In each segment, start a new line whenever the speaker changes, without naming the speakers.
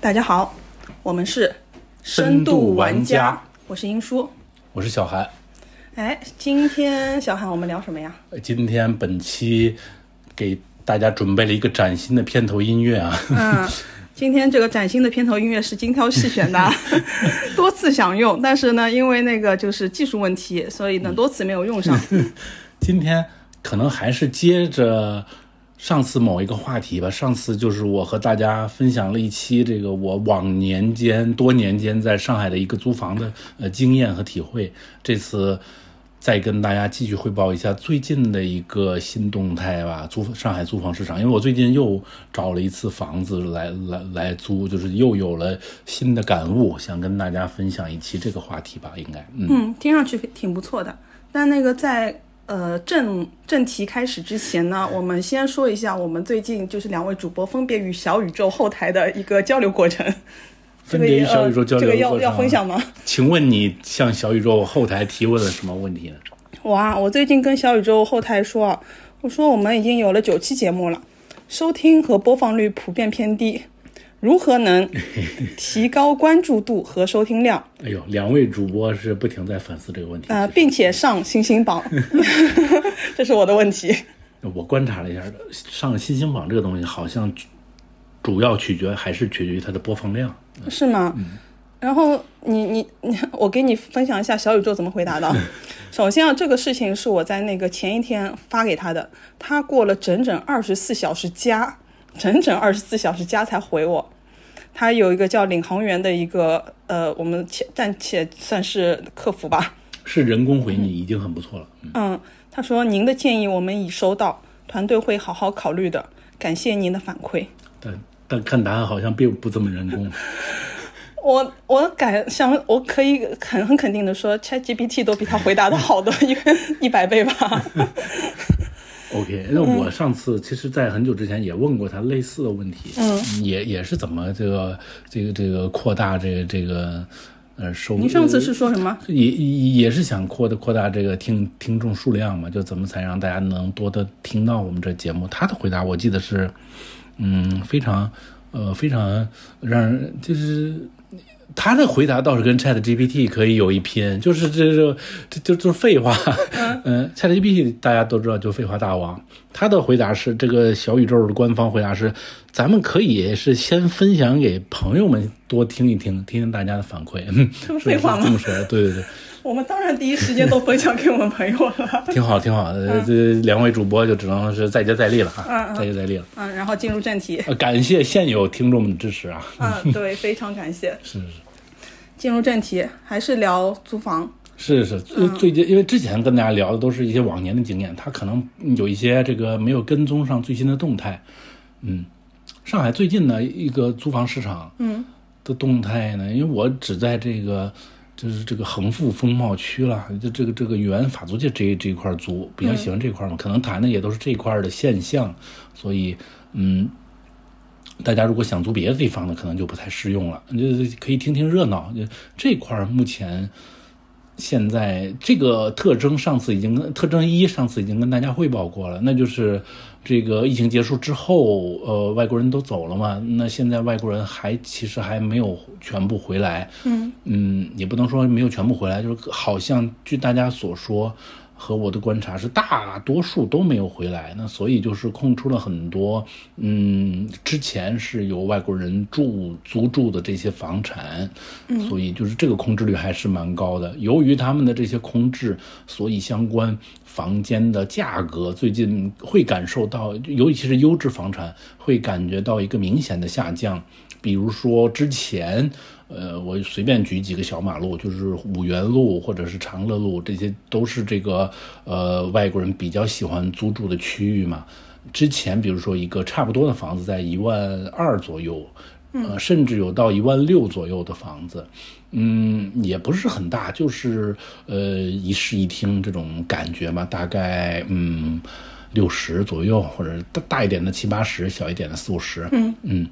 大家好，我们是
深度玩
玩
家，
我是英叔。
我是小韩。
哎，今天小韩，我们聊什么呀？
呃今天本期给大家准备了一个崭新的片头音乐啊，
嗯，今天这个崭新的片头音乐是精挑细选 的，啊多次想用，但是呢，因为那个就是技术问题，所以呢
嗯
多次没有用 上。
今天可能还是接着上次某一个话题吧。上次就是我和大家分享了一期这个我往年间多年间在上海的一个租房的呃经验和体会。这次再跟大家继续汇报一下最近的一个新动态吧，租上海租房市场。因为我最近又找了一次房子来来来租，就是又有了新的感悟，想跟大家分享一期这个话题吧，应该嗯。
嗯，听上去挺不错的。但那个在呃正正题开始之前呢，我们先说一下我们最近就是两位主播分别与小宇宙后台的一个交流过程。这
分
个
别
也
与小宇宙交流
呃、这个要
过程啊
要分享吗？
请问你向小宇宙后台提问了什么问题呢？
我啊，我最近跟小宇宙后台说啊，我说我们已经有了九期节目了，收听和播放率普遍偏低，如何能提高关注度和收听量？
哎呦，两位主播是不停在反思这个问题。
呃，并且上星星榜， 这是我的问题。
我观察了一下，上新星榜这个东西好像主要取决还是取决于它的播放量。
是吗？然后你你你，我给你分享一下小宇宙怎么回答的。首先啊，这个事情是我在那个前一天发给他的，他过了整整二十四小时加，整整二十四小时加才回我。他有一个叫领航员的一个呃，我们且暂且算是客服吧，
是人工回你已经很不错了。嗯
嗯，他说您的建议我们已收到，团队会好好考虑的，感谢您的反馈。
但但看答案好像并不这么人
嗯
工。
我我敢想，我可以很很肯定的说，ChatGPT 都比他回答的好的一个一百倍 吧。
OK，那
嗯
我上次其实，在很久之前也问过他类似的问题，嗯，也也是怎么这个这个这个扩大这个这个呃收。
你上次是说什么？
也也也是想扩大扩大这个听听众数量嘛，就怎么才让大家能多的听到我们这节目？他的回答我记得是，嗯，非常呃非常让人就是他的回答倒是跟 Chat GPT 可以有一拼，就是这这这就就是废话。 嗯，Chat GPT 大家都知道就废话大王，他的回答是这个小宇宙的官方回答是，咱们可以是先分享给朋友们多听一听，听听大家的反馈。嗯
这不废话吗
是这么说的，对对对。
我们当然第一时间都分享给我们朋友了。
挺好，挺好。呃，这两位主播就只能是再接再厉了啊，再接再厉了。
嗯嗯，然后进入正题。
呃感谢现有听众们的支持啊！
嗯，对，非常感 谢。
是是
进入正题，还是聊租房。
是是，最最近因为之前跟大家聊的都是一些往年的经验，他可能有一些这个没有跟踪上最新的动态。嗯，上海最近呢一个租房市场嗯的动态呢，因为我只在这个就是这个恒富风貌区啦，就这个这个原法租界这一这一块儿租，比较喜欢这一块儿嘛，可能谈的也都是这一块儿的现象，所以嗯。大家如果想租别的地方呢，可能就不太适用了。就是可以听听热闹，就这块儿目前现在这个特征上次已经跟特征一上次已经跟大家汇报过了，那就是这个疫情结束之后，呃，外国人都走了嘛，那现在外国人还其实还没有全部回来，嗯也不能说没有全部回来，就是好像据大家所说。和我的观察是，大多数都没有回来，那所以就是空出了很多，嗯，之前是由外国人住租住的这些房产，所以就是这个空置率还是蛮高的。由于他们的这些空置，所以相关房间的价格最近会感受到，尤其是优质房产会感觉到一个明显的下降。比如说之前，呃，我随便举几个小马路，就是五元路或者是长乐路，这些都是这个呃外国人比较喜欢租住的区域嘛。之前比如说一个差不多的房子在一万二左右，呃，甚至有到一万六左右的房子，嗯，也不是很大，就是呃一室一厅这种感觉嘛，大概嗯六十左右，或者大大一点的七八十，小一点的四五十，嗯嗯。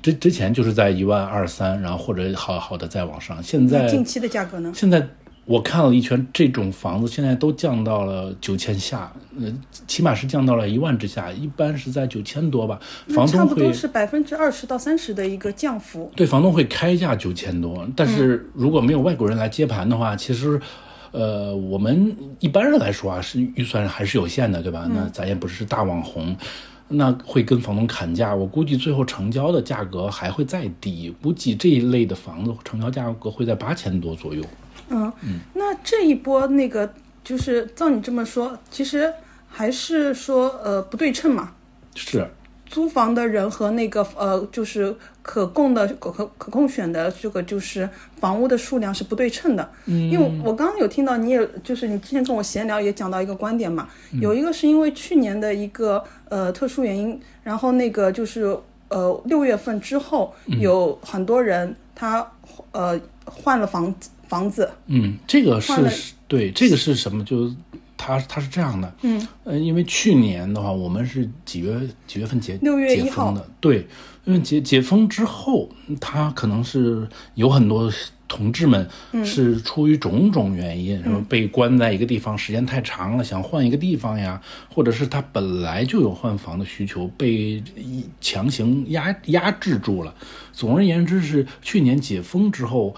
之之前就是在一万二三，然后或者好好的再往上，现在
嗯近期的价格呢？
现在我看了一圈，这种房子现在都降到了九千下，呃，起码是降到了一万之下，一般是在九千多吧。房
差
东
不
会
多是百分之二十到三十的一个降幅。
对，房东会开价九千多，但是如果没有外国人来接盘的话，其实，呃，我们一般人来说啊，是预算还是有限的，对吧？那咱也不是大网红，那会跟房东砍价，我估计最后成交的价格还会再低，估计这一类的房子成交价格会在八千多左右。
嗯，那这一波那个就是照你这么说，其实还是说呃不对称嘛，
是，
租房的人和那个呃就是可供的可可可供选的这个就是房屋的数量是不对称的。嗯，因为我刚刚有听到你也就是你之前跟我闲聊也讲到一个观点嘛，
嗯
有一个是因为去年的一个呃特殊原因，然后那个就是呃六月份之后
嗯
有很多人他呃换了房子房子。
嗯，这个
换了
是对，这个是什么？就它它是这样的，嗯，呃，因为去年的话，我们是几月几月份解
6月1
解封的，对，因为解解封之后，他可能是有很多同志们是出于种种原因，什么、被关在一个地方时间太长了，想换一个地方呀，或者是他本来就有换房的需求，被一强行压压制住了。总而言之，是去年解封之后。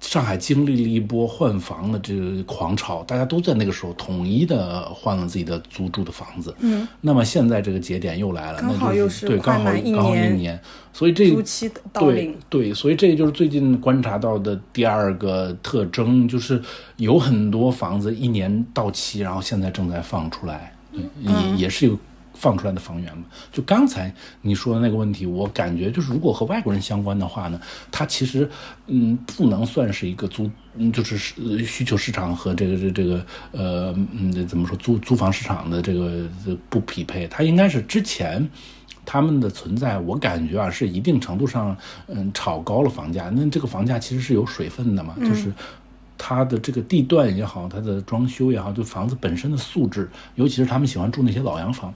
上海经历了一波换房的这个狂潮，大家都在那个时候统一的换了自己的租住的房子。嗯，那么现在这个节点又来了，
刚好
那
又
就是对，
快
刚好
满一
刚好
年
年，所以这
租期到
对
临
对，所以这就是最近观察到的第二个特征，就是有很多房子一年到期，然后现在正在放出来，对也也是有放出来的房源嘛。就刚才你说的那个问题，我感觉就是如果和外国人相关的话呢，它其实嗯不能算是一个租。嗯，就是市呃需求市场和这个这这个呃嗯怎么说租租房市场的这个呃不匹配，它应该是之前他们的存在，我感觉啊，是一定程度上，嗯，炒高了房价。那这个房价其实是有水分的嘛，
嗯
就是它的这个地段也好，它的装修也好，就房子本身的素质，尤其是他们喜欢住那些老洋房，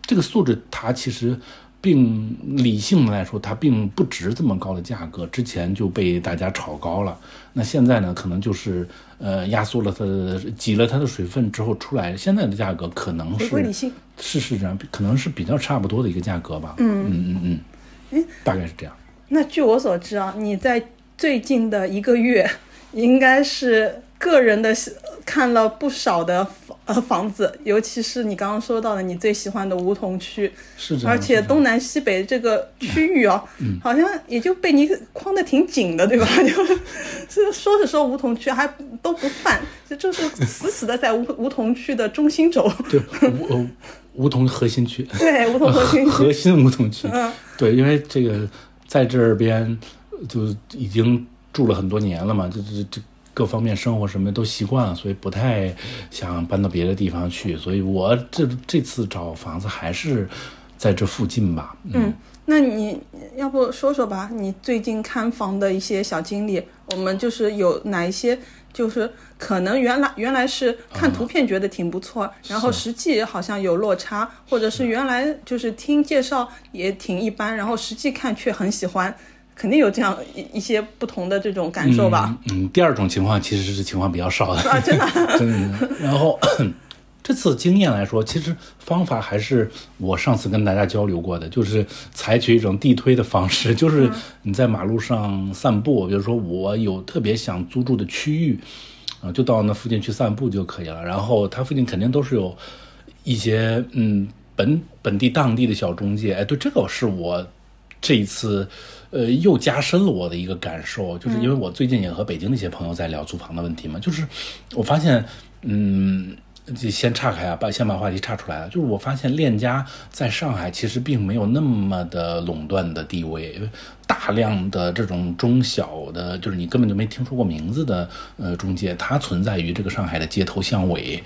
这个素质它其实并理性的来说，它并不值这么高的价格，之前就被大家炒高了。那现在呢，可能就是呃压缩了它的挤了它的水分之后出来，现在的价格可能
回
是
归理性。
是是这样，可能是比较差不多的一个价格吧。嗯嗯嗯嗯，大概是这样。
那据我所知啊，你在最近的一个月，应该是个人的喜看了不少的房呃房子，尤其是你刚刚说到的你最喜欢的梧桐区，
是这样
而且
是这样嗯
东南西北这个区域哦，好像也就被你框的挺紧的，对吧？ 就是说是说梧桐区还都不犯，就就是死死的在梧梧桐区的中心轴，
对梧呃梧桐核心区，
对梧桐核心区
核心梧桐区
嗯。
对，因为这个在这边就已经住了很多年了嘛，这这这各方面生活什么都习惯了，所以不太想搬到别的地方去。所以我这这次找房子还是在这附近吧。嗯
嗯，那你要不说说吧，你最近看房的一些小经历，我们就是有哪一些，就是可能原来原来是看图片觉得挺不错，然后实际好像有落差，或者是原来就是听介绍也挺一般，然后实际看却很喜欢，肯定有这样一一些不同的这种感受吧？啊
嗯，第二种情况其实是情况比较少的，真的，然后 这次经验来说，其实方法还是我上次跟大家交流过的，就是采取一种地推的方式，就是你在马路上散步，比如说我有特别想租住的区域，啊、就到那附近去散步就可以了。然后它附近肯定都是有一些嗯本本地当地的小中介，哎，对，这个是我这一次，呃，又加深了我的一个感受，就是因为我最近也和北京的一些朋友在聊租房的问题嘛，就是我发现，嗯，这先岔开啊，把先把话题岔出来了，就是我发现链家在上海其实并没有那么的垄断的地位，因为大量的这种中小的，就是你根本就没听说过名字的，呃，中介，它存在于这个上海的街头巷尾。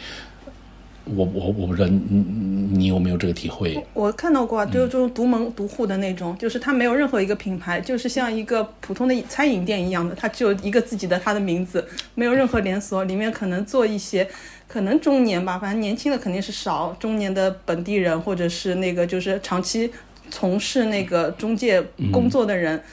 我我我不知道你你你有没有这个体会？
我看到过啊，就是这种独门独户的那种，就是它没有任何一个品牌，就是像一个普通的餐饮店一样的，它只有一个自己的它的名字，没有任何连锁。里面可能做一些，可能中年吧，反正年轻的肯定是少，中年的本地人或者是那个就是长期从事那个中介工作的人。嗯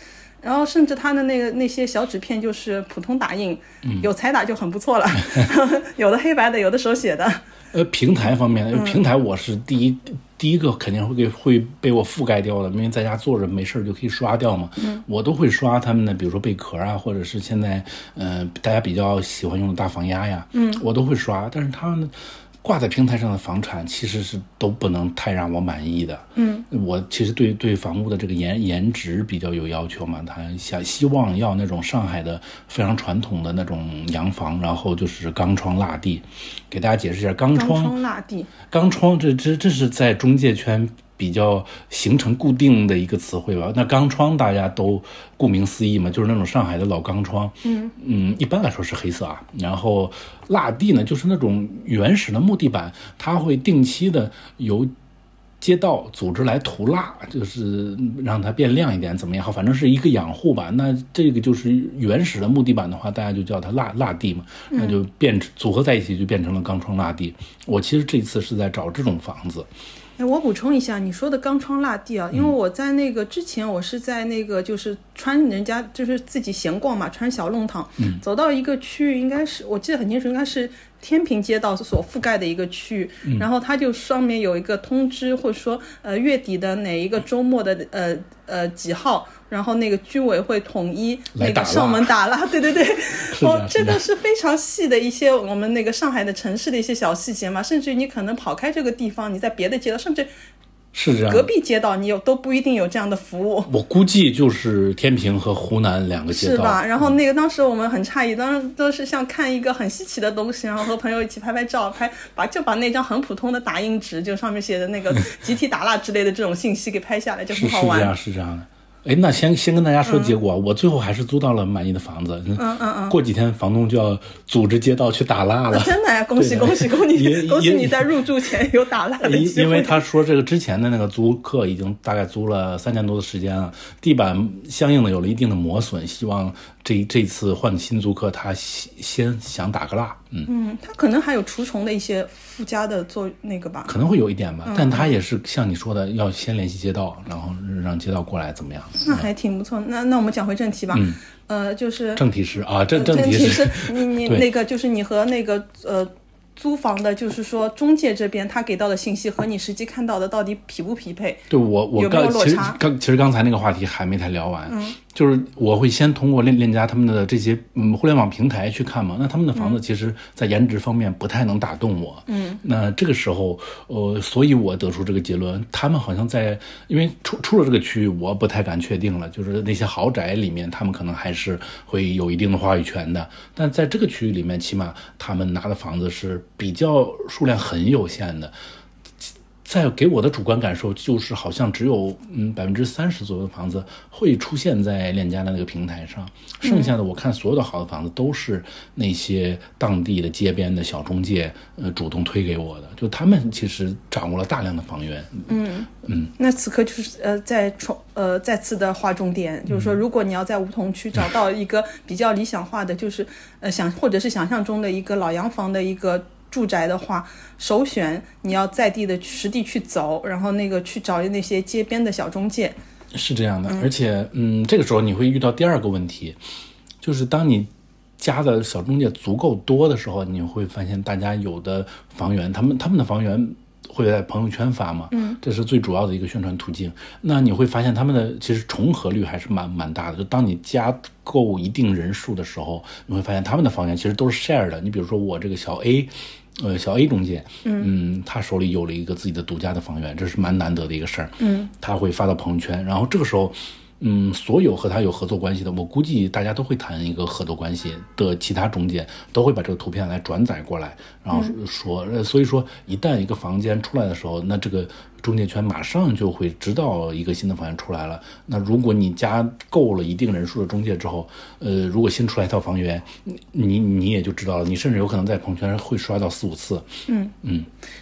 然后甚至他的那个那些小纸片就是普通打印，有彩打就很不错了， 有的黑白的，有的手写的。
呃，平台方面，因为平台我是第一、第一个肯定会给会被我覆盖掉的，因为在家坐着没事儿就可以刷掉嘛。我都会刷他们的，比如说贝壳啊，或者是现在呃大家比较喜欢用的大房压呀，嗯，我都会刷。但是他们挂在平台上的房产其实是都不能太让我满意的。嗯，我其实对对房屋的这个颜颜值比较有要求嘛，他想希望要那种上海的非常传统的那种洋房，然后就是钢窗落地。给大家解释一下，钢
钢
窗
窗落地，
钢窗，这这这是在中介圈比较形成固定的一个词汇吧？那钢窗大家都顾名思义嘛，就是那种上海的老钢窗。嗯一般来说是黑色啊。然后蜡地呢，就是那种原始的木地板，它会定期的由街道组织来涂蜡，就是让它变亮一点，怎么样？好，反正是一个养护吧。那这个就是原始的木地板的话，大家就叫它蜡蜡地嘛，
嗯
那就变成组合在一起就变成了钢窗蜡地。我其实这次是在找这种房子，
哎，我补充一下，你说的钢窗落地啊，因
嗯
为我在那个之前，我是在那个就是穿人家就是自己闲逛嘛，穿小弄堂，
嗯
走到一个区域，应该是我记得很清楚，应该是天平街道所覆盖的一个区域，
嗯
然后它就上面有一个通知，或者说呃月底的哪一个周末的呃呃几号，然后那个居委会统一
来
那
打
个
蜡
上门打蜡，对对对，
的
哦，
是
这
的
个是非常细的一些我们那个上海的城市的一些小细节嘛，甚至于你可能跑开这个地方，你在别的街道，甚至
嗯是这样
隔
的。
壁街道，你有都不一定有这样的服务。
我估计就是天平和湖南两个街
是吧？
道，嗯
然后那个当时我们很诧异，当时都是像看一个很稀奇的东西，然后和朋友一起拍拍照，拍把就把那张很普通的打印纸，就上面写的那个 集体打蜡之类的这种信息给拍下来，就是很
是
好
这
玩。
样，是这样的。哎，那先先跟大家说结果，我最后还是租到了满意的房子。嗯嗯嗯。过几天房东就要组织街道去打蜡了。
啊真的呀，恭喜
对
恭喜恭
也
喜恭喜
也
你在入住前有打蜡的机
因
会。
因为他说这个之前的那个租客已经大概租了三年多的时间了，地板相应的有了一定的磨损，希望这这次换新租客他先先想打个蜡，嗯，
嗯，它可能还有除虫的一些附加的作那个吧。
可能会有一点吧，但他也是像你说的，要先联系街道，然后让街道过来怎么样？
那还挺不错。那那我们讲回正题吧。呃，就是
嗯
呃
正题是啊，正
正
正题
题
是
是 你你
对
那个就是你和那个呃租房的，就是说中介这边他给到的信息和你实际看到的到底匹不匹配？
对我，我
有没
刚
有落
其实
差嗯
刚其实刚才那个话题还没太聊完，就是我会先通过链链家他们的这些嗯互联网平台去看嘛，那他们的房
嗯
子其实在颜值方面不太能打动我，嗯，那这个时候呃，所以我得出这个结论，他们好像在因为出出了这个区域，我不太敢确定了，就是那些豪宅里面，他们可能还是会有一定的话语权的，但在这个区域里面，起码他们拿的房子是比较数量很有限的，在给我的主观感受就是，好像只有嗯百分之三十左右的房子会出现在链家的那个平台上，剩下的我看所有的好的房子都是那些当地的街边的小中介呃主动推给我的，就他们其实掌握了大量的房源，
那此刻就是呃在重呃再次的划重点，就是说如果你要在梧桐区找到一个比较理想化的，就是呃想或者是想象中的一个老洋房的一个。住宅的话，首选你要在地的实地去走，然后那个去找那些街边的小中介，
是这样的，而且，嗯，这个时候你会遇到第二个问题，就是当你加的小中介足够多的时候，你会发现大家有的房源，他们他们的房源会在朋友圈发嘛，嗯，这是最主要的一个宣传途径。那你会发现他们的其实重合率还是蛮蛮大的，就当你加够一定人数的时候，你会发现他们的房源其实都是 share 的。你比如说我这个小 A。呃，小 A 中介，嗯，他手里有了一个自己的独家的房源，这是蛮难得的一个事儿。嗯，他会发到朋友圈，然后这个时候，嗯，所有和他有合作关系的，我估计大家都会谈一个合作关系的其他中介都会把这个图片来转载过来，然后说，呃所以说一旦一个房间出来的时候，那这个中介圈马上就会知道一个新的房源出来了。那如果你加够了一定人数的中介之后，呃，如果新出来一套房源，你你你也就知道了，你甚至有可能在朋友圈会刷到四五次。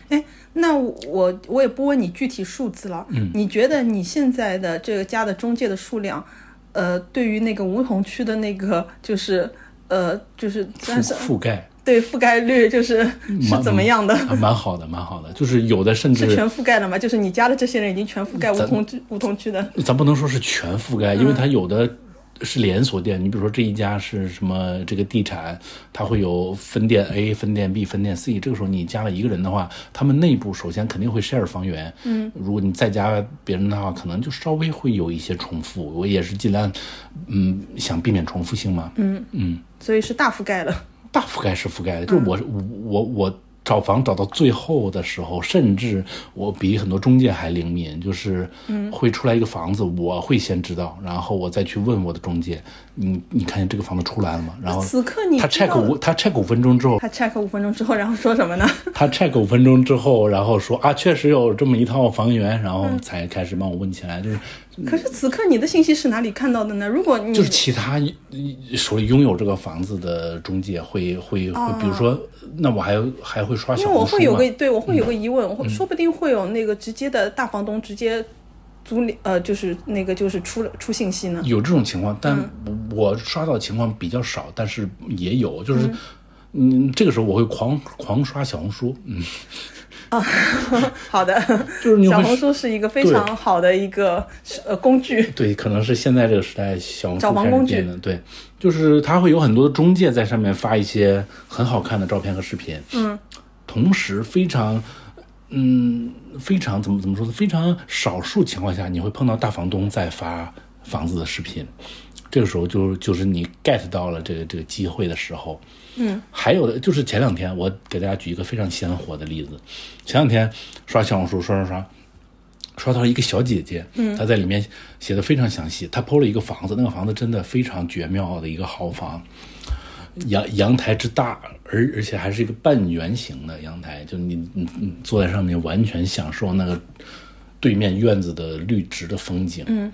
哎，那我我也不问你具体数字了。嗯，你觉得你现在的这个家的中介的数量，呃，对于那个梧桐区的那个就是呃就是
覆
算是
覆盖
对覆盖率就是
嗯
是怎么样的？
啊，蛮好的，蛮好的，就是有的甚 至
是全覆盖了吗？就是你家的这些人已经全覆盖梧桐区梧桐区的。
嗯咱不能说是全覆盖，因为它有的是连锁店，你比如说这一家是什么这个地产，它会有分店 A、分店 B、分店 C。这个时候你加了一个人的话，他们内部首先肯定会 share 房源，嗯，如果你再加别人的话，可能就稍微会有一些重复。我也是尽量，嗯，想避免重复性嘛，嗯嗯，
所以是大覆盖了。
大覆盖是覆盖的，就是我、
嗯
我我我找房找到最后的时候，甚至我比很多中介还灵敏，就是
嗯
会出来一个房子，我会先知道，然后我再去问我的中介，你你看见这个房子出来了吗？然后
此刻你
他
知
check
道了
五他 check 五分钟之 后，
他 check 五分钟之后，然后说什么呢？
他 check 五分钟之后，然后说啊，确实有这么一套房源，
嗯
然后才开始帮我问起来，就是
可是此刻你的信息是哪里看到的呢？如果你
嗯就是其他一一手里拥有这个房子的中介会会会，比如说，那我还还会刷
哦因
小
为
红书
我
嘛？嗯
会有个对我会有个疑问，我会说不定会有那个直接的大房东直接租赁呃，就是那个就是出了出信息呢。
有这种情况，但我刷到的情况比较少，但是也有，就是，嗯，这个时候我会狂狂刷小红书，嗯，
好的，
就是你会
小红书是一个非常好的一个呃工具。
对，可能是现在这个时代小红
找
书
房
开始
工具
变的，对，就是它会有很多中介在上面发一些很好看的照片和视频，嗯，同时非常。嗯，非常怎么怎么说呢？非常少数情况下，你会碰到大房东在发房子的视频，这个时候就就是你 get 到了这个这个机会的时候。嗯，还有的就是前两天我给大家举一个非常鲜活的例子，前两天刷小红书刷刷刷，刷到了一个小姐姐，嗯，她在里面写的非常详细，她剖了一个房子，那个房子真的非常绝妙的一个豪房，阳阳台之大，而而且还是一个半圆形的阳台，就你你你坐在上面完全享受那个对面院子的绿植的风景，嗯。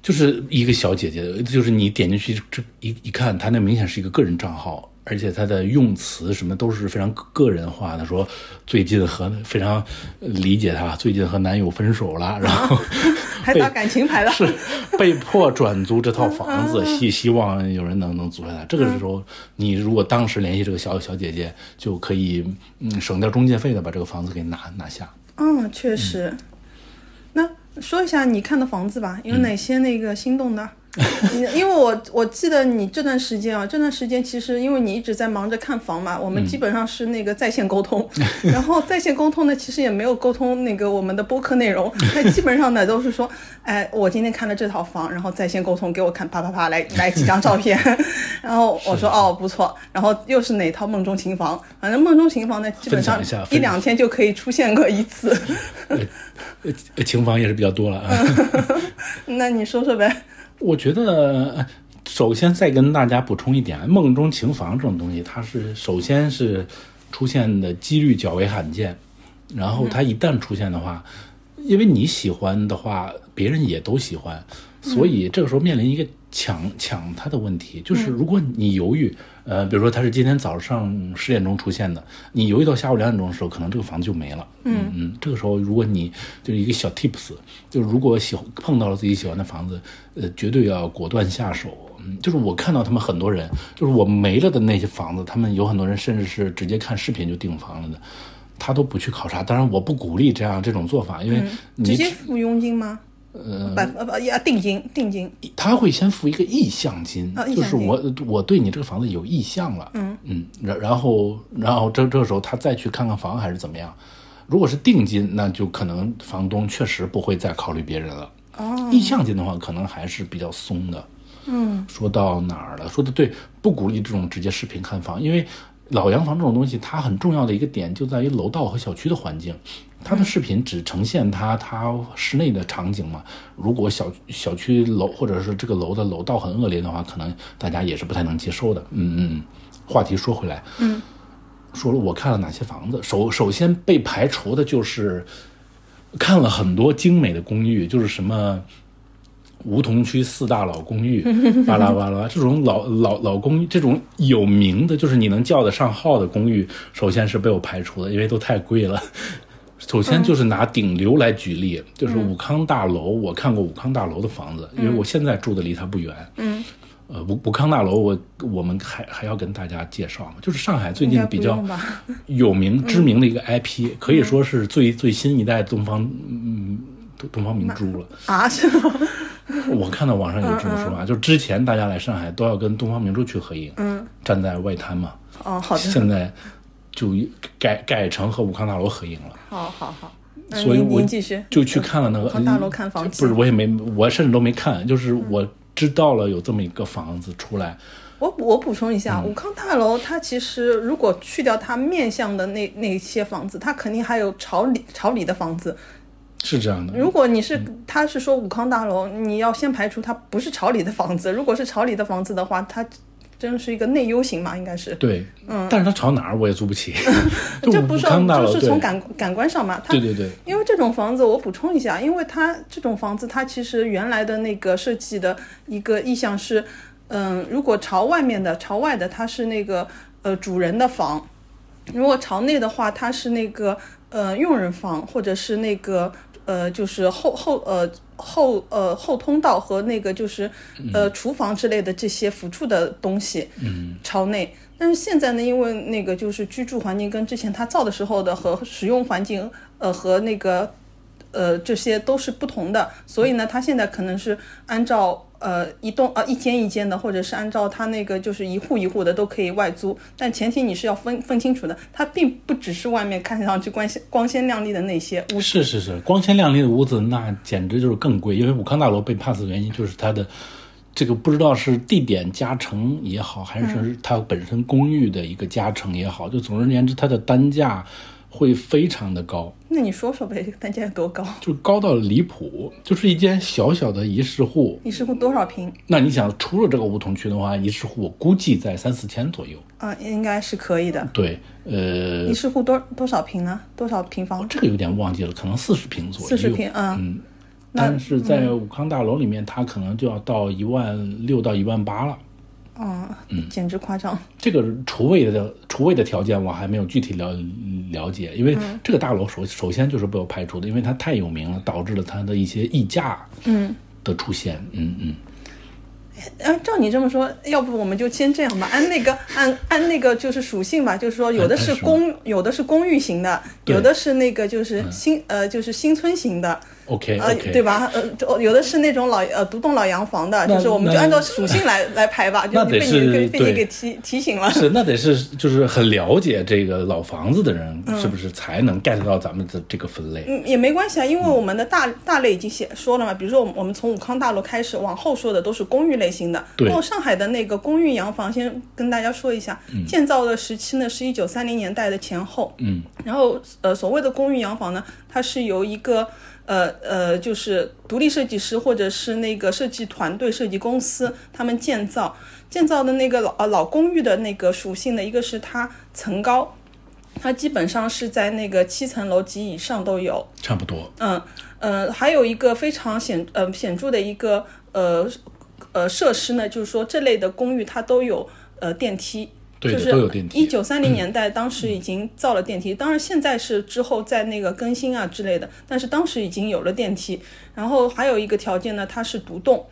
就是一个小姐姐，就是你点进去这一一看，她那明显是一个个人账号，而且她的用词什么都是非常个个人化的，说最近和非常理解她，最近和男友分手了，然后
还打感情牌了，
是被迫转租这套房子，希希望有人能能租下来。这个时候，你如果当时联系这个小小姐姐，就可以嗯省掉中介费的把这个房子给拿拿下。
嗯，确实。那说一下你看的房子吧，有
嗯
哪些那个心动的？ 你因为我我记得你这段时间啊，这段时间其实因为你一直在忙着看房
嗯
嘛，我们基本上是那个在线沟 通，然后在线沟通呢，其实也没有沟通那个我们的播客内容，那基本上呢都是说，哎，我今天看了这套房，然后在线沟通给我看，啪啪啪，来来几张照 片，然后我说哦不错，然后又是哪套梦中情房，反正梦中情房呢，基本上
分享一下
一两天就可以出现个一次，
呃，呃情房也是比较多了啊。
那你说说呗。
我觉得，呃首先再跟大家补充一点，梦中情房这种东西，它是首先是出现的几率较为罕见，然后它一旦出现的话，因为你喜欢的话，别人也都喜欢，所以这个时候面临一个抢抢它的问题，就是如果你犹豫，呃，比如说它是今天早上十点钟出现的，你犹豫到下午两点钟的时候，可能这个房子就没了。嗯嗯，这个时候如果你就是一个小 tips，就是如果喜欢碰到了自己喜欢的房子，呃，绝对要果断下手。嗯，就是我看到他们很多人，就是我没了的那些房子，他们有很多人甚至是直接看视频就订房了的。他都不去考察，当然我不鼓励这样这种做法，因为你
嗯直接付佣金吗？呃，百呃不呀，定金定金，
他会先付一个意向金，
哦意向金
就是我我对你这个房子有意向了，嗯嗯，然然后然后这这时候他再去看看房还是怎么样。如果是定金，那就可能房东确实不会再考虑别人了。哦，意向金的话，可能还是比较松的。嗯，说到哪儿了？说的对，不鼓励这种直接视频看房，因为老洋房这种东西，它很重要的一个点就在于楼道和小区的环境。它的视频只呈现它它室内的场景嘛，如果小小区楼或者是这个楼的楼道很恶劣的话，可能大家也是不太能接受的。嗯嗯，话题说回来，嗯，说了我看了哪些房子，首首先被排除的就是看了很多精美的公寓，就是什么。梧桐区四大老公 寓，巴拉巴拉，这种老老老公寓，这种有名的，就是你能叫得上号的公寓，首先是被我排除的，因为都太贵了。首先就是拿顶流来举例，就是武康大楼，我看过武康大楼的房子，
嗯
因为我现在住的离它不远。嗯，呃，武武康大楼我，我们还还要跟大家介绍嘛，就是上海最
应
近
该不
比较
用吧
有名知名的一个
嗯
IP，、可以说嗯是最最新一代东方嗯东东方明珠了。
啊，是吗？是
我看到网上有这种说啊法，就之前大家来上海都要跟东方明珠去合影，
嗯，
站在外滩嘛，
哦，好的，
现在就改改成和武康大楼合影了。
好好好，那
所以
嗯您
我
您继续，
就去看了那个
嗯武康大楼看房
不是，我也没，我甚至都没看，就是我知道了有这么一个房子出来，
我我补充一
嗯
下，武康大楼它其实如果去掉它面向的那那些房子，它肯定还有朝里朝里的房子。
是这样的。
如果你是
嗯
他是说武康大楼，你要先排除它不是朝里的房子。如果是朝里的房子的话，它真是一个内忧型嘛，应该是。
对，但是它朝哪儿我也租 不起，就
这
武
不是
康大楼，
嗯就是从
对，
感感官上嘛，它
对对对，
因为这种房子，我补充一下，因为它这种房子，它其实原来的那个设计的一个意向是，嗯，如果朝外面的，朝外的它是那个呃主人的房，如果朝内的话，它是那个呃佣人房，或者是那个呃就是后后呃后呃后通道和那个就是呃厨房之类的这些辅助的东西，嗯，朝内。但是现在呢，因为那个就是居住环境跟之前它造的时候的和使用环境，呃和那个呃这些都是不同的，所以呢，它现在可能是按照呃一栋呃一间一间的，或者是按照它那个就是一户一户的都可以外租，但前提你是要分分清楚的，它并不只是外面看上去光鲜光鲜亮丽的那些屋。
是是是，光鲜亮丽的屋子那简直就是更贵，因为武康大楼被 pass 的原因就是它的这个不知道是地点加成也好，还是
嗯
它本身公寓的一个加成也好，就总而言之，它的单价会非常的高，
那你说说呗，这个单价有多高？
就高到离谱，就是一间小小的一室户。
你是户多少平？
那你想，除了这个梧桐区的话，一室户我估计在三四千左右。
啊、应该是可以的。
对，呃，
你是户多多少平呢？多少平
我
方？
这个有点忘记了，可能四十平左右。
四十平，嗯。
嗯，但是在武康大楼里面，它可能就要到一万六到一万八了。
哦，
嗯
简直夸张。
这个厨卫的厨卫的条件我还没有具体了了解，因为
嗯
这个大楼首首先就是被我排除的，因为它太有名了，导致了它的一些溢价
嗯，
的出现。嗯嗯，
呃，照你这么说，要不我们就先这样吧，按那个按按那个就是属性吧，就是说有的是
按按属
公有的是公寓型的，
对
有的是那个就是新、呃就是新村型的，
OK
呃
哎 OK，
对吧？呃就有的是那种老呃独栋老洋房的，
那
就是我们就
那
按照属性来来排 吧，就
那
是被
得
你给
是
被你
对
给提提醒了。
是，那得是就是很了解这个老房子的人，
嗯
是不是才能 get 到咱们的这个分类？
嗯，也没关系啊，因为我们的大大类已经写说了嘛，比如说我们我们从武康大楼开始往后说的都是公寓类型的。
对
那么上海的那个公寓洋房，先跟大家说一下，建造的时期呢是一九三零年代的前后。
嗯，
然后呃，所谓的公寓洋房呢，它是由一个呃呃，就是独立设计师或者是那个设计团队、设计公司他们建造建造的那个老呃老公寓的那个属性呢，一个是它层高。它基本上是在那个七层楼及以上都有，
差不多。
嗯，呃，还有一个非常显呃显著的一个呃呃设施呢，就是说这类的公寓它都有呃电梯。
对的
就是
都有电梯嗯
一九三零年代，当时已经造了电梯，当然现在是之后在那个更新啊之类的，但是当时已经有了电梯。然后还有一个条件呢，它是独栋，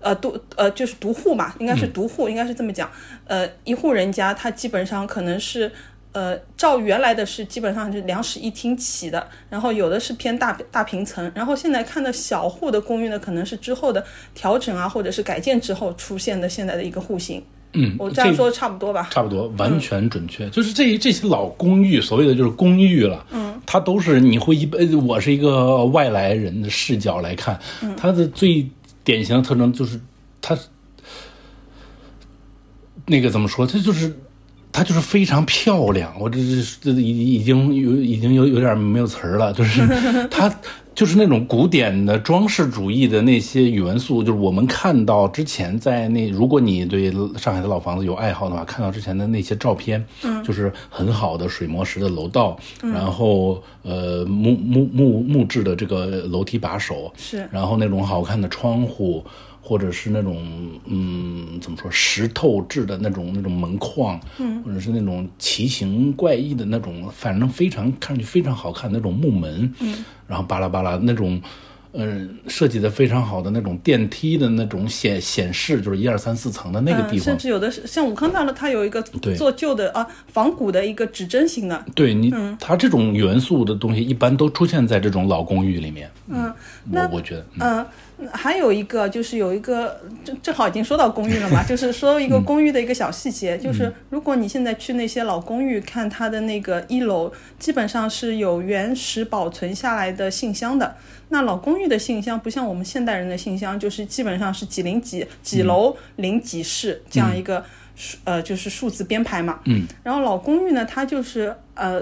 呃独呃就是独户嘛，应该
嗯
是独户，应该是这么讲。呃，一户人家他基本上可能是。呃，照原来的是基本上是两室一厅起的，然后有的是偏大大平层，然后现在看的小户的公寓呢，可能是之后的调整啊，或者是改建之后出现的现在的一个户型。
嗯，
我这样
个
说差不多吧？
差不多，完全准确。就是这这些老公寓，所谓的就是公寓了，嗯，它都是你会一呃，我是一个外来人的视角来看，它的最典型的特征就是它那个怎么说，它就是。它就是非常漂亮，我这这这已已经有已经有有点没有词儿了，就是它就是那种古典的装饰主义的那些元素，就是我们看到之前在那，如果你对上海的老房子有爱好的话，看到之前的那些照片，嗯，就是很好的水磨石的楼道，然后呃木木木木质的这个楼梯把手，
是
然后那种好看的窗户，或者是那种嗯，怎么说石头制的那种那种门框，嗯，或者是那种奇形怪异的那种，反正非常看上去非常好看的那种木门，嗯，然后巴拉巴拉那种。嗯，设计的非常好的那种电梯的那种显显示，就是一二三四层的那个地
嗯，
方
甚，至有的是像武康大楼，它有一个
对
做旧的啊仿古的一个指针型的，
对你，
嗯
它这种元素的东西一般都出现在这种老公寓里面。
嗯，
我我觉得，
嗯，还有一个就是有一个正正好已经说到公寓了嘛，就是说一个公寓的一个小细节，就是如果你现在去那些老公寓看它的那个一楼，基本上是有原始保存下来的信箱的。那老公寓的信箱不像我们现代人的信箱，就是基本上是几零几几楼零几室这样一个数呃就是数字编排嘛。
嗯，
然后老公寓呢，它就是呃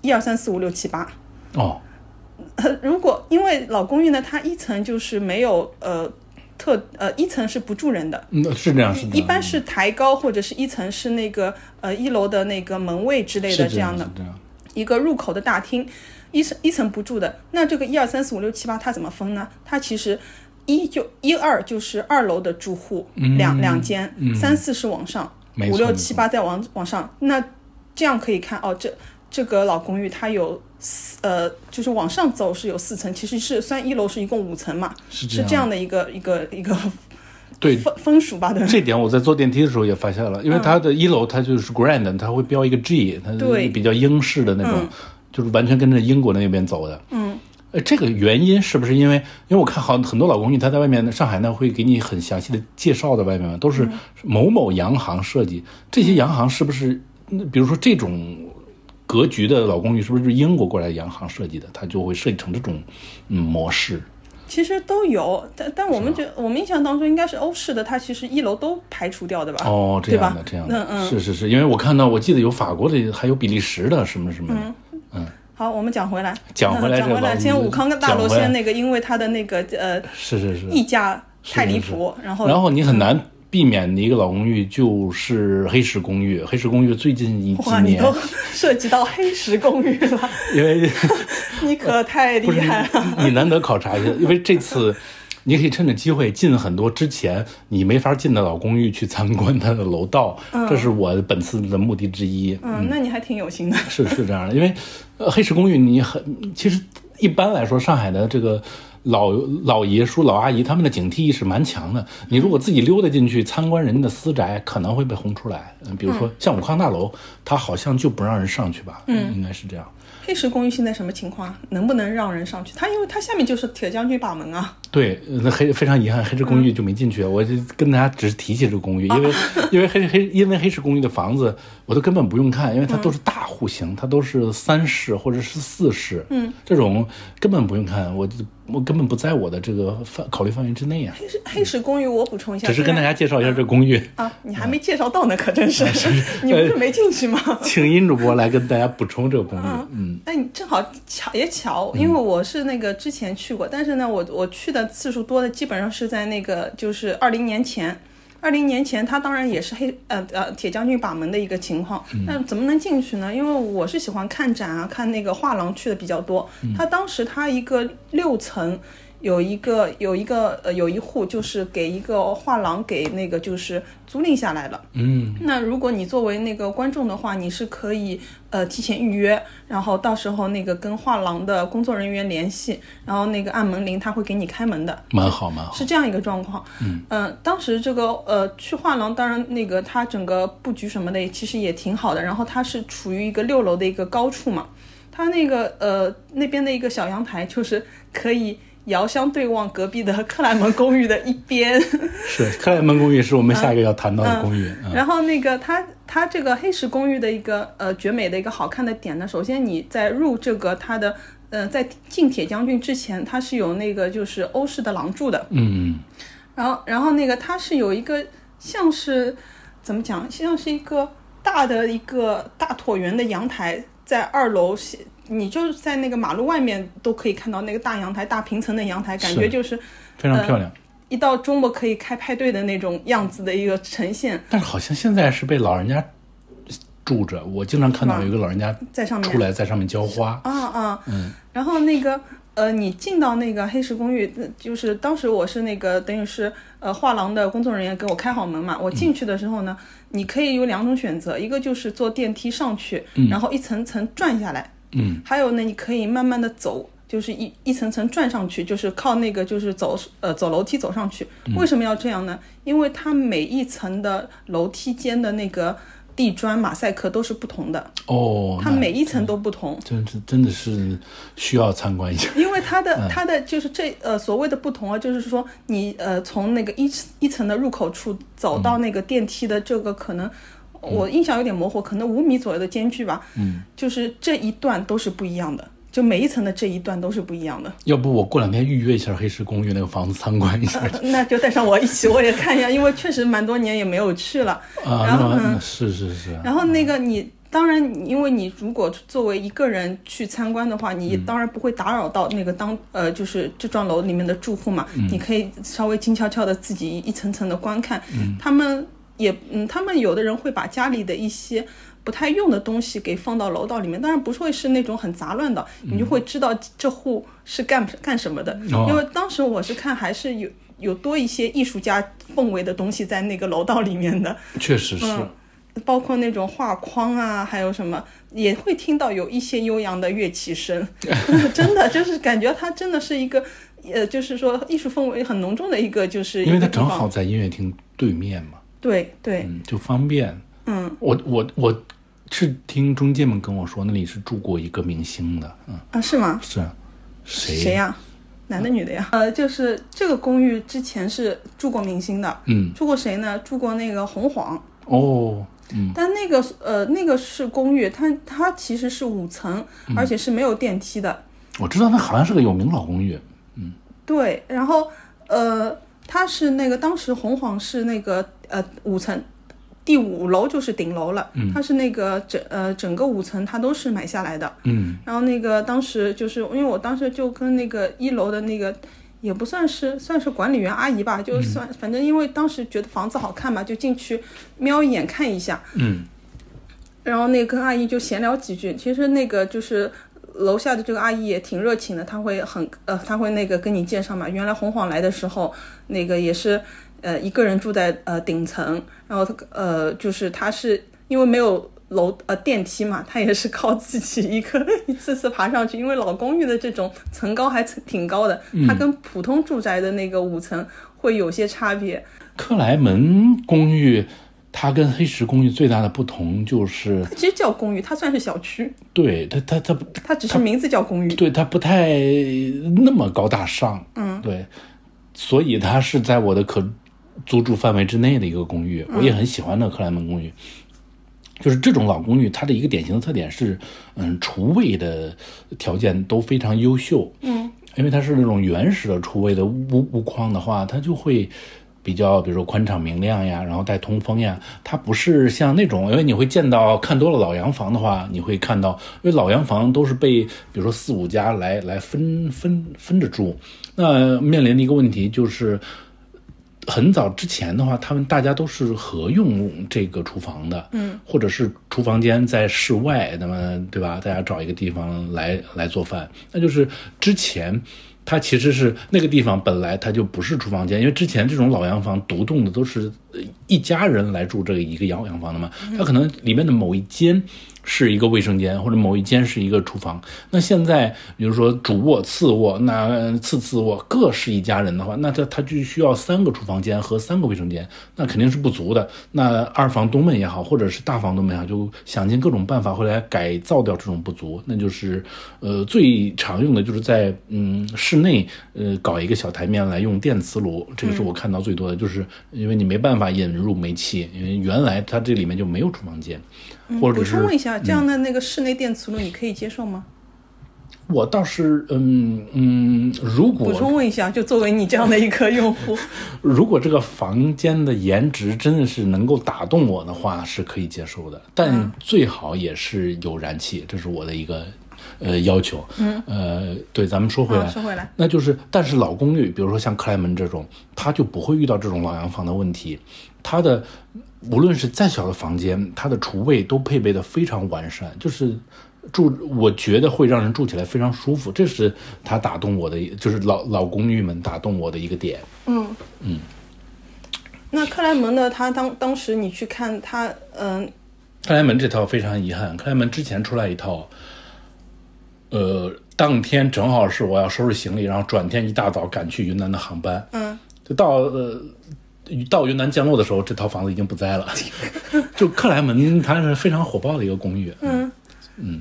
一二三四五六七八。
哦，
如果因为老公寓呢，它一层就是没有呃特呃一层是不住人的，
嗯，是这样，是这样，
一般是抬高或者是一层是那个呃一楼的那个门卫之类
是
的
这
这样的
是这样，
一个入口的大厅，一层一层不住的。那这个一二三四五六七八它怎么分呢？它其实一就一二就是二楼的住户、两两间，三四是往上，
嗯没
五
错
六
没
七
错
八再往往上。那这样可以看哦，这这个老公寓它有四呃，就是往上走是有四层，其实是虽然一楼是一共五层嘛，
是
是这
样
样的一个一个一个
对，
分分属吧， 对吧
这点我在坐电梯的时候也发现了，因为它的一楼它就是 grand，它会标一个 G，它
对
是比较英式的那种，就是完全跟着英国那边走的。嗯，呃，这个原因是不是因为？因为我看好很多老公寓，它在外面上海呢会给你很详细的介绍的，外面都是某某洋行设计，这些洋行是不是？那比如说这种。格局的老公寓是不是英国过来的洋行设计的？它就会设计成这种嗯模式。
其实都有，但但我们觉我们印象当中应该是欧式的，它其实一楼都排除掉的吧？
哦，这
对吧
样的，这样
嗯
的，
嗯。
是是是，因为我看到，我记得有法国的，还有比利时的，什么什么
嗯
的，
好，我们讲回来，
讲回
嗯
来这
讲
个
回来，
吧
先
我们
武康大楼
讲回来
先那个，因为它的那个呃
是是是。
溢价太离
是是
谱，然后嗯
然后你很难避免的一个老公寓就是黑石公寓，黑石公寓最近一几
哇，你
年
都， 涉及到黑石公寓了，
因为
你可太厉害啊了。
呃你难得考察一下，因为这次。你可以趁着机会进很多之前你没法进的老公寓去参观它的楼道，这是我本次的目的之一。
嗯，那你还挺有心的。
是是这样的，因为呃，黑石公寓你很其实一般来说，上海的这个老老爷叔、老阿姨他们的警惕意识蛮强的。你如果自己溜达进去参观人家的私宅，可能会被轰出来。嗯，比如说像武康大楼，它好像就不让人上去吧？嗯，应该是这样。
黑石公寓现在什么情况？能不能让人上去？它因为它下面就是铁将军把门啊。
对，呃那黑非常遗憾，黑石公寓就没进去。我就跟大家只是提起这个公寓，因为、 因为黑黑因为黑石公寓的房子，我都根本不用看，因为它都是大户型，它都是三室或者是四室，嗯，这种根本不用看，我就我根本不在我的这个范考虑范围之内啊。
黑石黑石公寓，我补充一下，
只是嗯跟大
虽然
家介绍一下这个公寓，
啊，你还没介绍到呢，可真是， 你不是没进去吗？
请殷主播来跟大家补充这个公寓。呃嗯，
哎，你正好巧也巧，因为我是那个之前去过，但是呢，我我去的次数多的基本上是在那个就是二零年前。二零年前，它当然也是黑呃呃铁将军把门的一个情况，那怎么能进去呢？因为我是喜欢看展啊，看那个画廊去的比较多。它当时它一个六层有一个有一个呃有一户就是给一个画廊给那个就是租赁下来了。
嗯
那如果你作为那个观众的话，你是可以呃提前预约，然后到时候那个跟画廊的工作人员联系，然后那个按门铃，他会给你开门的。
蛮好蛮好。
是这样一个状况。嗯、当时这个呃去画廊，当然那个它整个布局什么的其实也挺好的，然后它是处于一个六楼的一个高处嘛，它那个呃那边的一个小阳台就是可以遥相对望隔壁的 克莱门公寓的一边。
是克莱门公寓是我们下一个要谈到的公寓。嗯
然后那个它它这个黑石公寓的一个呃绝美的一个好看的点呢，首先你在入这个它的呃在进铁将军之前，它是有那个就是欧式的廊柱的，
嗯，
然后然后那个它是有一个像是怎么讲，像是一个大的一个大椭圆的阳台，在二楼是。你就是在那个马路外面都可以看到那个大阳台、大平层的阳台，感觉
是
就是
非常漂亮。
一到周末可以开派对的那种样子的一个呈现
但是好像现在是被老人家住着，我经常看到有一个老人家
在上面。
出来在上面浇花。
啊啊，
嗯
然后那个呃，你进到那个黑石公寓，呃就是当时我是那个等于是呃画廊的工作人员给我开好门嘛，
嗯
我进去的时候呢，你可以有两种选择，一个就是坐电梯上去，然后一层层转下来，
嗯，
还有呢，你可以慢慢的走。就是一一层层转上去，就是靠那个就是走呃走楼梯走
嗯
上去。为什么要这样呢？因为它每一层的楼梯间的那个地砖、马赛克都是不同的，
哦，
它
那
每一层都不同。
真是真的是需要参观一下。
因为它的它的就是这呃所谓的不同啊，就是说你呃从那个一一层的入口处走到那个电梯的这个可能。我印象有点模糊，可能五米左右的间距吧。嗯，就是这一段都是不一样的，就每一层的这一段都是不一样的。
要不我过两天预约一下黑石公寓那个房子参观 一下
呃那就带上我一起，我也看一下，因为确实蛮多年也没有去了。
啊？
然后
那那是是是，
然后那个你，当然，因为你如果作为一个人去参观的话，你当然不会打扰到那个当呃，就是这幢楼里面的住户嘛。你可以稍微静悄悄的自己一层层的观看。他们也嗯，他们有的人会把家里的一些。不太用的东西给放到楼道里面，当然不会是那种很杂乱的，你就会知道这户是干干什么的。
哦
因为当时我是看还是有有多一些艺术家氛围的东西在那个楼道里面的，
确实是。
嗯包括那种画框啊，还有什么，也会听到有一些悠扬的乐器声， 真的就是感觉它真的是一个，呃，就是说艺术氛围很浓重的一个，就是
因为它
一个地
正
方
好在音乐厅对面嘛，
对对，
嗯，就方便。
嗯
我我我是听中介们跟我说，那里是住过一个明星的，嗯，
啊是吗？
是谁
谁呀、男的女的呀？呃，就是这个公寓之前是住过明星的，
嗯，
住过谁呢？住过那个红黄，
哦，嗯，
但那个呃那个是公寓，它它其实是五层，
嗯
而且是没有电梯的。
我知道那好像是个有名老公寓，
对，然后呃，它是那个当时红黄是那个呃五层，第五楼就是顶楼了，它是那个整呃整个五层它都是买下来的。
嗯，
然后那个当时就是因为我当时就跟那个一楼的那个。也不算是算是管理员阿姨吧，就算、反正因为当时觉得房子好看嘛，就进去瞄一眼看一下，
嗯，
然后那个跟阿姨就闲聊几句。其实那个就是楼下的这个阿姨也挺热情的，她会很呃，她会那个跟你介绍嘛。原来红晃来的时候，那个也是呃一个人住在呃顶层，然后她呃就是她是因为没有。楼呃电梯嘛，她也是靠自己一个 一次次爬上去，因为老公寓的这种层高还挺高的，它跟普通住宅的那个五层会有些差别。
克莱门公寓，它跟黑石公寓最大的不同就是，
它其实叫公寓，它算是小区，
对它它它
它只是名字叫公寓。
对它不太那么高大上，嗯，对，所以它是在我的可租住范围之内的一个公寓，我也很喜欢那克莱门公寓。就是这种老公寓，它的一个典型的特点是，嗯，厨卫的条件都非常优秀，嗯，因为它是那种原始的厨卫的屋屋框的话，它就会比较，比如说宽敞明亮呀，然后带通风呀，它不是像那种，因为你会见到看多了老洋房的话，你会看到，因为老洋房都是被比如说四五家来来分分分着住，那面临的一个问题就是，很早之前的话，他们大家都是合用这个厨房的，嗯，或者是厨房间在室外，那么对吧？大家找一个地方来来做饭，那就是之前。它其实是那个地方本来它就不是厨房间，因为之前这种老洋房独栋的都是呃一家人来住这个一个洋洋房的嘛，它可能里面的某一间是一个卫生间，或者某一间是一个厨房。那现在比如说主卧、次卧，那呃次次卧各是一家人的话，那它它就需要三个厨房间和三个卫生间，那肯定是不足的。那二房东们也好，或者是大房东们也好，就想尽各种办法会来改造掉这种不足。那就是呃最常用的就是在嗯室内呃搞一个小台面来用电磁炉，这个是我看到最多的，就是因为你没办法引入煤气，因为原来它这里面就没有厨房间，或者
补
是嗯
充问一下，这样的那个室内电磁炉你可以接受吗？
我倒是嗯嗯，如
补
果
充问一下，就作为你这样的一个用户，
如果这个房间的颜值真的是能够打动我的话，是可以接受的，但最好也是有燃气，这是我的一个呃要求。嗯，呃，对，咱们说回来，
啊说回来
那就是，但是老公寓，比如说像克莱门这种，它就不会遇到这种老洋房的问题。它的无论是再小的房间，它的厨卫都配备的非常完善，就是住，我觉得会让人住起来非常舒服。这是它打动我的一，就是老老公寓们打动我的一个点。
那克莱门的他当当时你去看他，嗯、
克莱门这套非常遗憾，克莱门之前出来一套，呃，当天正好是我要收拾行李，然后转天一大早赶去云南的航班，
嗯，
就到呃到云南降落的时候，这套房子已经不在了。 就克莱门，它是非常火爆的一个公寓。嗯嗯，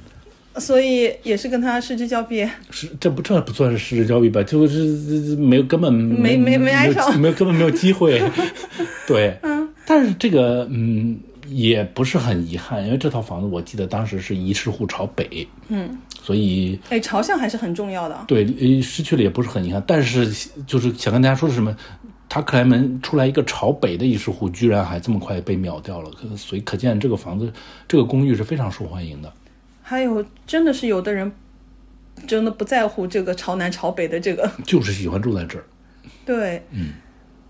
所以也是跟他失之交臂。
是这不这不算是失之交臂吧？就是没有根本
没
没
没挨上
没有根本没有 机会。对，嗯，但是这个嗯也不是很遗憾，因为这套房子我记得当时是一室户朝北，
嗯，
所以
哎，朝向还是很重要的。
对呃失去了也不是很遗憾。但是就是想跟大家说的是什么？他克莱门出来一个朝北的一室户，居然还这么快被秒掉了，可所以可见这个房子、这个公寓是非常受欢迎的。
还有，真的是有的人真的不在乎这个朝南朝北的这个，
就是喜欢住在这儿，
对，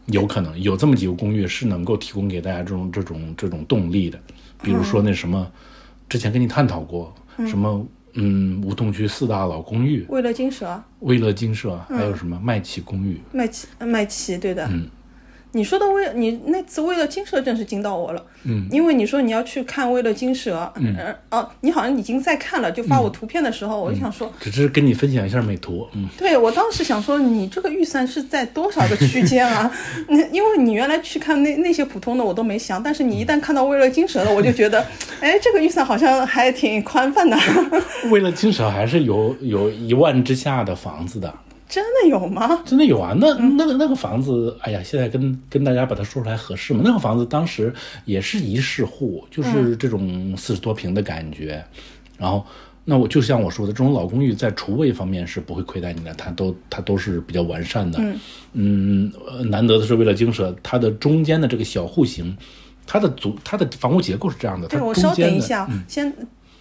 有可能有这么几个公寓是能够提供给大家这种这种这种动力的，比如说那什么，之前跟你探讨过、什么。嗯，梧桐区四大老公寓、
为了金蛇啊
威乐金舍，还有什么麦琪公寓，
麦琪麦琪，对的。你说的为你那次为了金蛇真是惊到我了，嗯，因为你说你要去看为了金蛇，嗯，哦，你好像已经在看了，就发我图片的时候，我就想说，
只是跟你分享一下美图。嗯，
对我当时想说，你这个预算是在多少个区间 啊？那因为你原来去看那那些普通的我都没想，但是你一旦看到为了金蛇的，我就觉得，哎，这个预算好像还挺宽泛的。
为了金舍还是有有一万之下的房子的。
真的有吗？
真的有啊，那
嗯
那个那个房子，哎呀，现在跟跟大家把它说出来合适吗？那个房子当时也是一室户，
嗯
就是这种四十多平的感觉。然后，那我就像我说的，这种老公寓在厨卫方面是不会亏待你的，它都它都是比较完善的。嗯，呃难得的是为了精舍，它的中间的这个小户型，它的组它的房屋结构是这样的，它
对，我
中
稍等
间
一
的嗯
下，先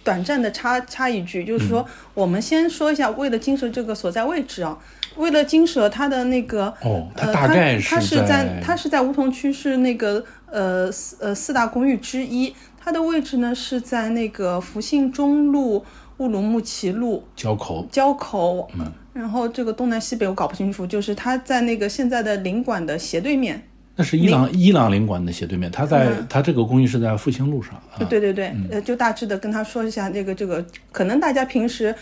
短暂的插插一句，就是说，我们先说一下为了金蛇这个所在位置啊。为了金蛇，它的那个
哦它
呃，
大
它
概
它是
是在
它是在梧桐区，是那个呃四呃四大公寓之一。它的位置呢是在那个福信中路、乌鲁木齐路
交口，
交口，
嗯
然后这个东南西北我搞不清楚，就是它在那个现在的领馆的斜对面。
那是伊朗伊朗领馆的斜对面，它在、
嗯
它这个公寓是在复兴路上啊。
对对对，呃，就大致的跟他说一下这个这个，可能大家平时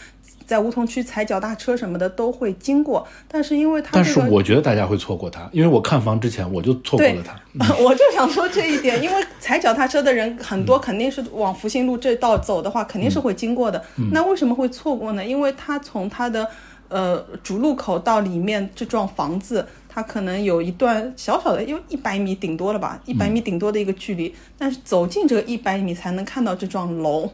在梧桐区踩脚踏车什么的都会经过，但是因为他
但
这
是
个，
我觉得大家会错过它，因为我看房之前我就错过
对
了 嗯它。
我就想说这一点，因为踩脚踏车的人很
嗯
多，肯定是往福兴路这道走的话，肯定是会经过的。
嗯
那为什么会错过呢？因为他从他的呃主路口到里面这幢房子。它可能有一段小小的，因为一百米顶多了吧，一百
嗯
米顶多的一个距离，但是走进这一百米才能看到这幢楼。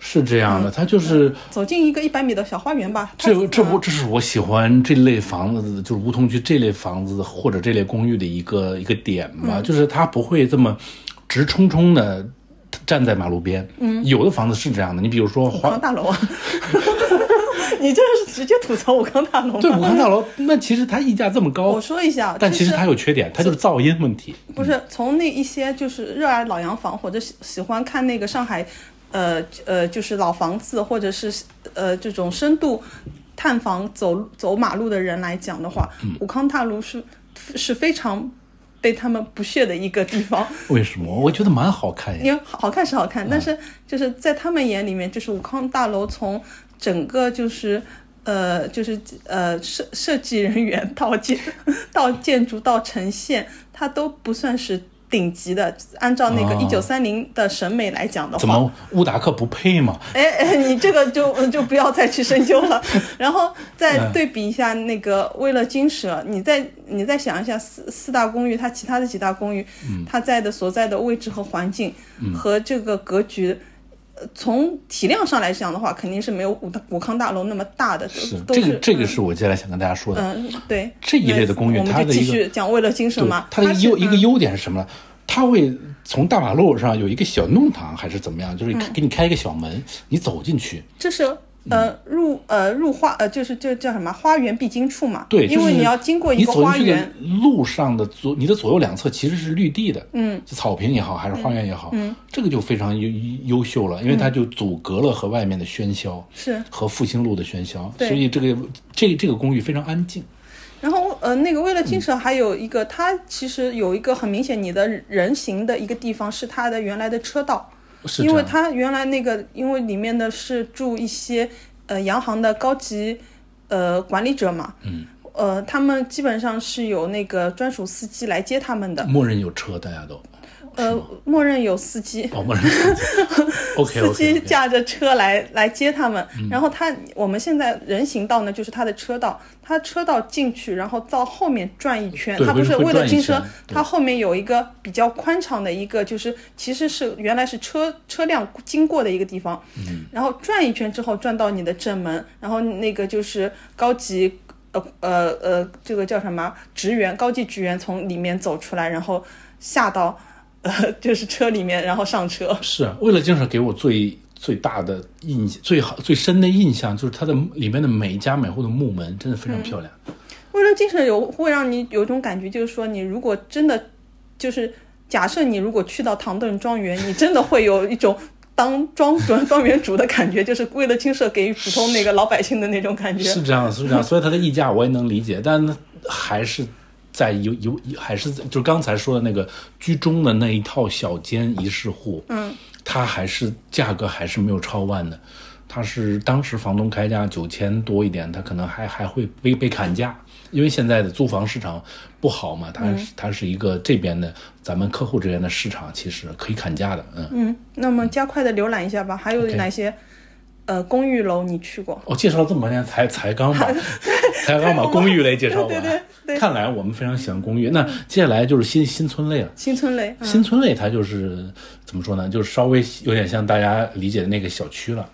是这样
嗯
的，它就是
走进一个一百米的小花园吧。它
这这不这是我喜欢这类房子的，就是梧桐区这类房子或者这类公寓的一个一个点吧，
嗯
就是它不会这么直冲冲的站在马路边。嗯，有的房子是这样的，你比如说
武
华
康大楼啊， 你这是直接吐槽武康大楼
对
吗？
武康大楼，那其实它溢价这么高
我，说一下，
但
就
其实
是
它有缺点，它就是噪音问题。
不是从那一些就是热爱老洋房或者喜喜欢看那个上海，呃呃，就是老房子或者是呃这种深度探访走走马路的人来讲的话，
嗯
武康大楼是是非常被他们不屑的一个地方。
为什么？我觉得蛮好看呀。
因为好好看是好看，
嗯
但是就是在他们眼里面，就是武康大楼从整个就是呃就是呃设设计人员到建到建筑到呈现，它都不算是顶级的。按照那个一九三零的审美来讲的
哦怎
话，
么乌达克不配吗？
哎哎，你这个就就不要再去深究了。然后
嗯
再对比一下那个为了金蛇，你再你再想一下四四大公寓，它其他的几大公寓，
嗯
它在的所在的位置和环境和这个格局。呃从体量上来讲的话，肯定是没有武大武康大楼那么大的，
是
都
这个，
是
这个是我接下来想跟大家说的。
嗯，对
这一类的公寓
那我
它
们
的
就
一
继
个
续讲为了精神
对，
嘛，
它的
是嗯呃
优一个优点是什么呢？它会从大马路上有一个小弄堂还是怎么样，就是
嗯
开给你开一个小门，你走进去，
这是呃入呃入花呃就是这叫什么花园必经处嘛，
对，
因
就
为
是
你要经过一
你
个
走
花
进去
园
的，路上的左，你的左右两侧其实是绿地的，嗯，草坪也好，还是花园也好，嗯，这个就非常优优秀了，因为它就阻隔了和外面的喧嚣，
是
和复兴路的喧嚣，
嗯对
所以这个这这个公寓非常安静。
然后呃，那个为了精神
嗯
还有一个，它其实有一个很明显你的人行的一个地方是它的原来的车道，
是
因
这
为
样
它原来那个因为里面的是住一些呃洋行的高级呃管理者嘛，嗯，呃，他们基本上是有那个专属司机来接他们的，
默认有车，大家都
呃，默认有司机，
哦，默认有车 OK，
司
OK，
机
OK
驾着车来来接他们。
嗯
然后他我们现在人行道呢，就是他的车道，他车道进去，然后到后面转一圈。
对
他不是
会
为了
转一
进车
圈，对
他后面有一个比较宽敞的一个，就是其实是原来是车车辆经过的一个地方。
嗯
然后转一圈之后转到你的正门，然后那个就是高级。呃呃呃，这个叫什么职员？高级职员从里面走出来，然后下到呃， 就是车里面，然后上车。
是啊为了精神给我最最大的印象，最好最深的印象就是它的里面的每一家每户的木门真的非常漂亮。
为了精神有会让你有一种感觉，就是说你如果真的就是假设你如果去到唐顿庄园，你真的会有一种。当庄主庄园主的感觉，就是为了精舍给予普通那个老百姓的那种感觉。
是这样，是这样，所以它的溢价我也能理解，但还是在有有还是在就刚才说的那个居中的那一套小间一室户，嗯，它还是价格还是没有超万的，它是当时房东开价九千多一点，它可能还还会被被砍价。因为现在的租房市场不好嘛，
嗯
它是它是一个这边的咱们客户这边的市场，其实可以砍价的，嗯。
嗯，那么加快的浏览一下吧，还有哪些呃公寓楼你去过？
我、哦介绍了这么半天，才才 刚把才刚把公寓类介绍完，
对对对
看来我们非常喜欢公寓。那接下来就是新新村类了。
新村类，嗯
新村类它就是怎么说呢？就是稍微有点像大家理解的那个小区了。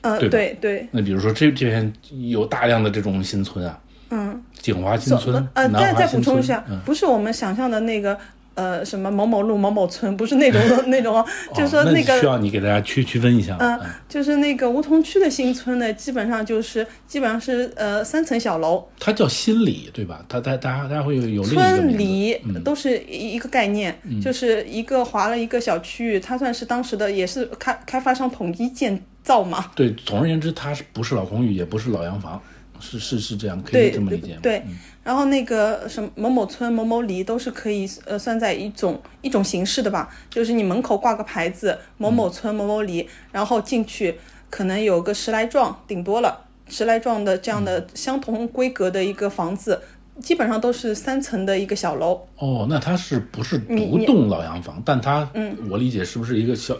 呃，
对吧
对对，
那比如说这这边有大量的这种新村啊，
嗯，
锦华新
不
村、
呃，再
南华
再补
新
充
村
一下，
嗯，
不是我们想象的那个呃什么某某路某某村，不是那种 那种哦，就是说
哦
那个
需要你给大家区区分一下。
嗯，就是那个梧桐区的新村呢，基本上就是基本上是呃三层小楼，
它叫新里对吧？它它大家大家会有有另一个
村
名字。嗯
里都是一一个概念，就是一个划了一个小区域，它算是当时的也是开开发商统一建造嘛。
对，总而言之，它是不是老公寓，也不是老洋房，是是是这样，可以
对
这么理解吗？嗯
对，然后那个什么某某村、某某里都是可以呃算在一种一种形式的吧，就是你门口挂个牌子某某村、某某里，然后进去可能有个十来幢，顶多了十来幢的这样的相同规格的一个房子，基本上都是三层的一个小楼。
哦，那它是不是独栋老洋房？但它，
嗯
我理解是不是一个小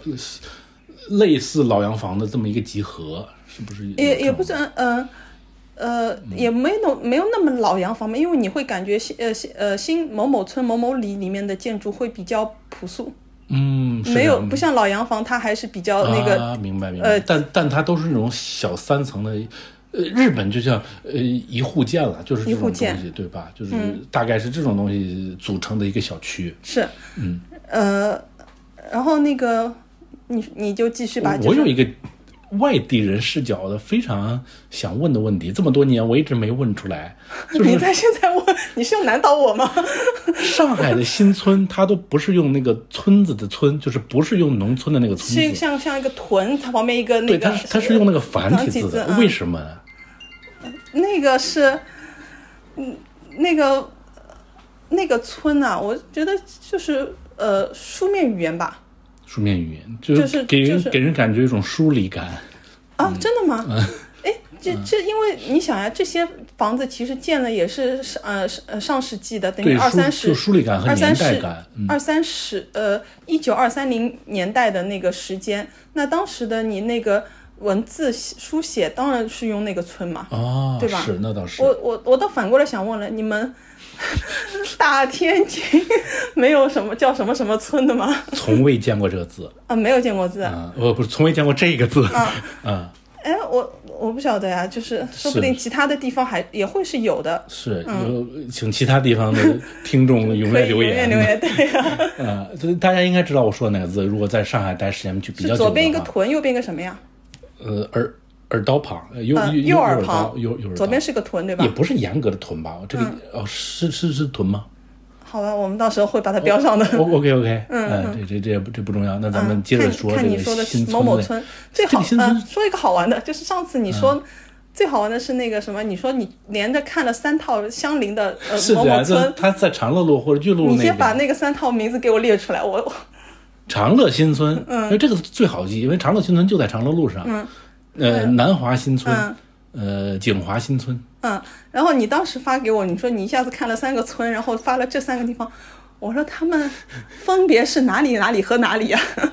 类似老洋房的这么一个集合？是不是有这嗯种？
也也不算，嗯、呃，也没有没有那么老洋房嘛，因为你会感觉新呃新呃新某某村某某里里面的建筑会比较朴素，
嗯，是
没
这
有
样
不像老洋房，它还是比较那个、
啊，明白明白。
呃
但但它都是那种小三层的，呃，日本就像呃一户建了，就是这
一
种
户
东
建嗯
西，对吧？就是大概是这种东西组成的一个小区。
是，
嗯
呃，然后那个你你就继续吧，
我
啊就
有
是
一个外地人视角的非常想问的问题，这么多年我一直没问出来，就是
你在现在问，你是要难倒我 吗？
上海的新村，它都不是用那个村子的村，就是不是用农村的那个村
是
字，
像像一个屯，它旁边一个那
对，
个
它是它是用那个繁体
繁体字
的，
嗯
为什么呢？
那个是，嗯，那个那个村啊，我觉得就是呃书面语言吧。
书面语言
就
就是给人、
就是
给人感觉一种疏离感，
啊，
嗯
真的吗？哎、这这因为你想呀，这些房子其实建的也是呃是呃上世纪的，等于
对
二
疏
三十
就疏离感和
二三
年代
十
感，嗯
二三十呃一九二三零年代的那个时间，那当时的你那个文字写书写当然是用那个村嘛。
哦，
对吧
是那倒是
我我我倒反过来想问了，你们 大天津 没有什么叫什么什么村的吗？
从未见过这个字
啊，没有见过字。
啊，我不是从未见过这个字 啊，
哎，我我不晓得呀，就是说不定其他的地方还也会是有的。
是有请其他地方的听众踊
嗯 可
跃
以
留
言
言
留 言，对呀、
啊，这大家应该知道我说的哪个字，如果在上海待时间就比较久啊
是
的
左边一个
话
屯，右边一个什么呀？
呃耳耳刀旁，呃右
呃，
右
耳
刀
旁，
右右耳刀，
左边是个屯，对吧嗯
也？不是严格的臀吧？我这个哦是是是臀吗
好吧，我们到时候会把它标上的。
？O OK OK，嗯，这这这也不这不重要，那哦咱们接着说
嗯看看
这
你
个
说的
新
某某
类
村，最
这
好
个新
呃
村嗯
说一个好玩的，就是上次你说最好玩的是那个什么，你说你连着看了三套相邻的呃
是
某
这
某
样，就是
村，
它在长乐路或者巨路
你
那
先把
边，
那个三套名字给我列出来，我
长乐新村，
嗯
因为这个最好记，因为长乐新村就在长乐路上，呃，南华新村，呃，景华新村，
嗯，然后你当时发给我，你说你一下子看了三个村，然后发了这三个地方，我说他们分别是哪里哪里和哪里呀、啊？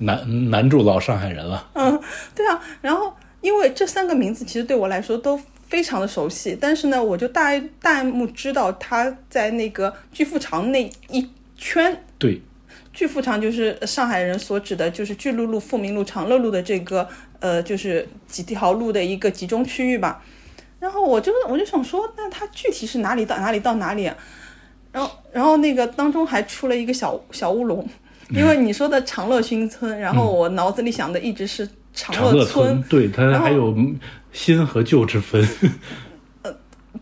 难难住老上海人了。
嗯，对啊，然后因为这三个名字其实对我来说都非常的熟悉，但是呢，我就大弹幕知道他在那个巨富长那一圈。
对，
巨富长就是上海人所指的，就是巨鹿路、富民路、长乐路的这个呃，就是几条路的一个集中区域吧。然后我就我就想说，那它具体是哪里到哪里到哪里、啊？然后然后那个当中还出了一个小小乌龙，因为你说的长乐新村，然后我脑子里想的一直是长
长
乐
村，对它
然
还
后
有新和旧之分。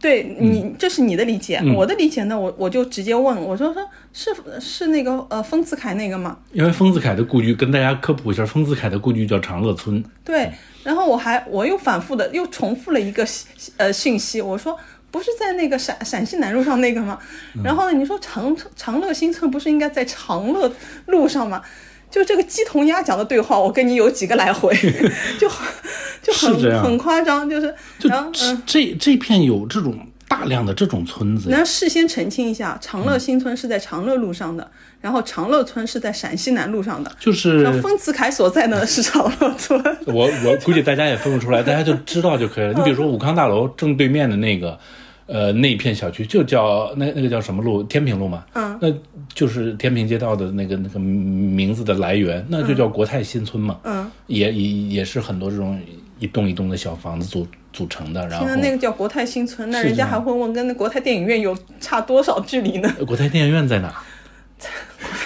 对你，
嗯
这是你的理解，我的理解呢，我我就直接问我说说是是那个呃丰子恺那个吗？
因为丰子恺的故居，跟大家科普一下，丰子恺的故居叫长乐村。
对，然后我还我又反复的又重复了一个信呃信息，我说不是在那个陕陕西南路上那个吗？
嗯
然后呢，你说长长乐新村不是应该在长乐路上吗？就这个鸡同鸭讲的对话，我跟你有几个来 回，就很就是
这样
很很夸张，就是
就
然后嗯。
这这这片有这种大量的这种村子呀，
那事先澄清一下，长
嗯
乐新村是在长乐路上的，然后长乐村是在陕西南路上的，
就是
然后丰子恺所在呢是长乐村。
我我估计大家也分不出来，大家就知道就可以了。你比如
嗯
说武康大楼正对面的那个，呃，那一片小区就叫那那个叫什么路？天平路嘛。嗯，那就是天平街道的那个那个名字的来源，那
嗯
就叫国泰新村嘛。嗯，也也也是很多这种一栋一栋的小房子组组成的，然后
现在那个叫国泰新村，那
是
人
这
家
样
还会问跟那国泰电影院有差多少距离呢？
国泰电影院在哪？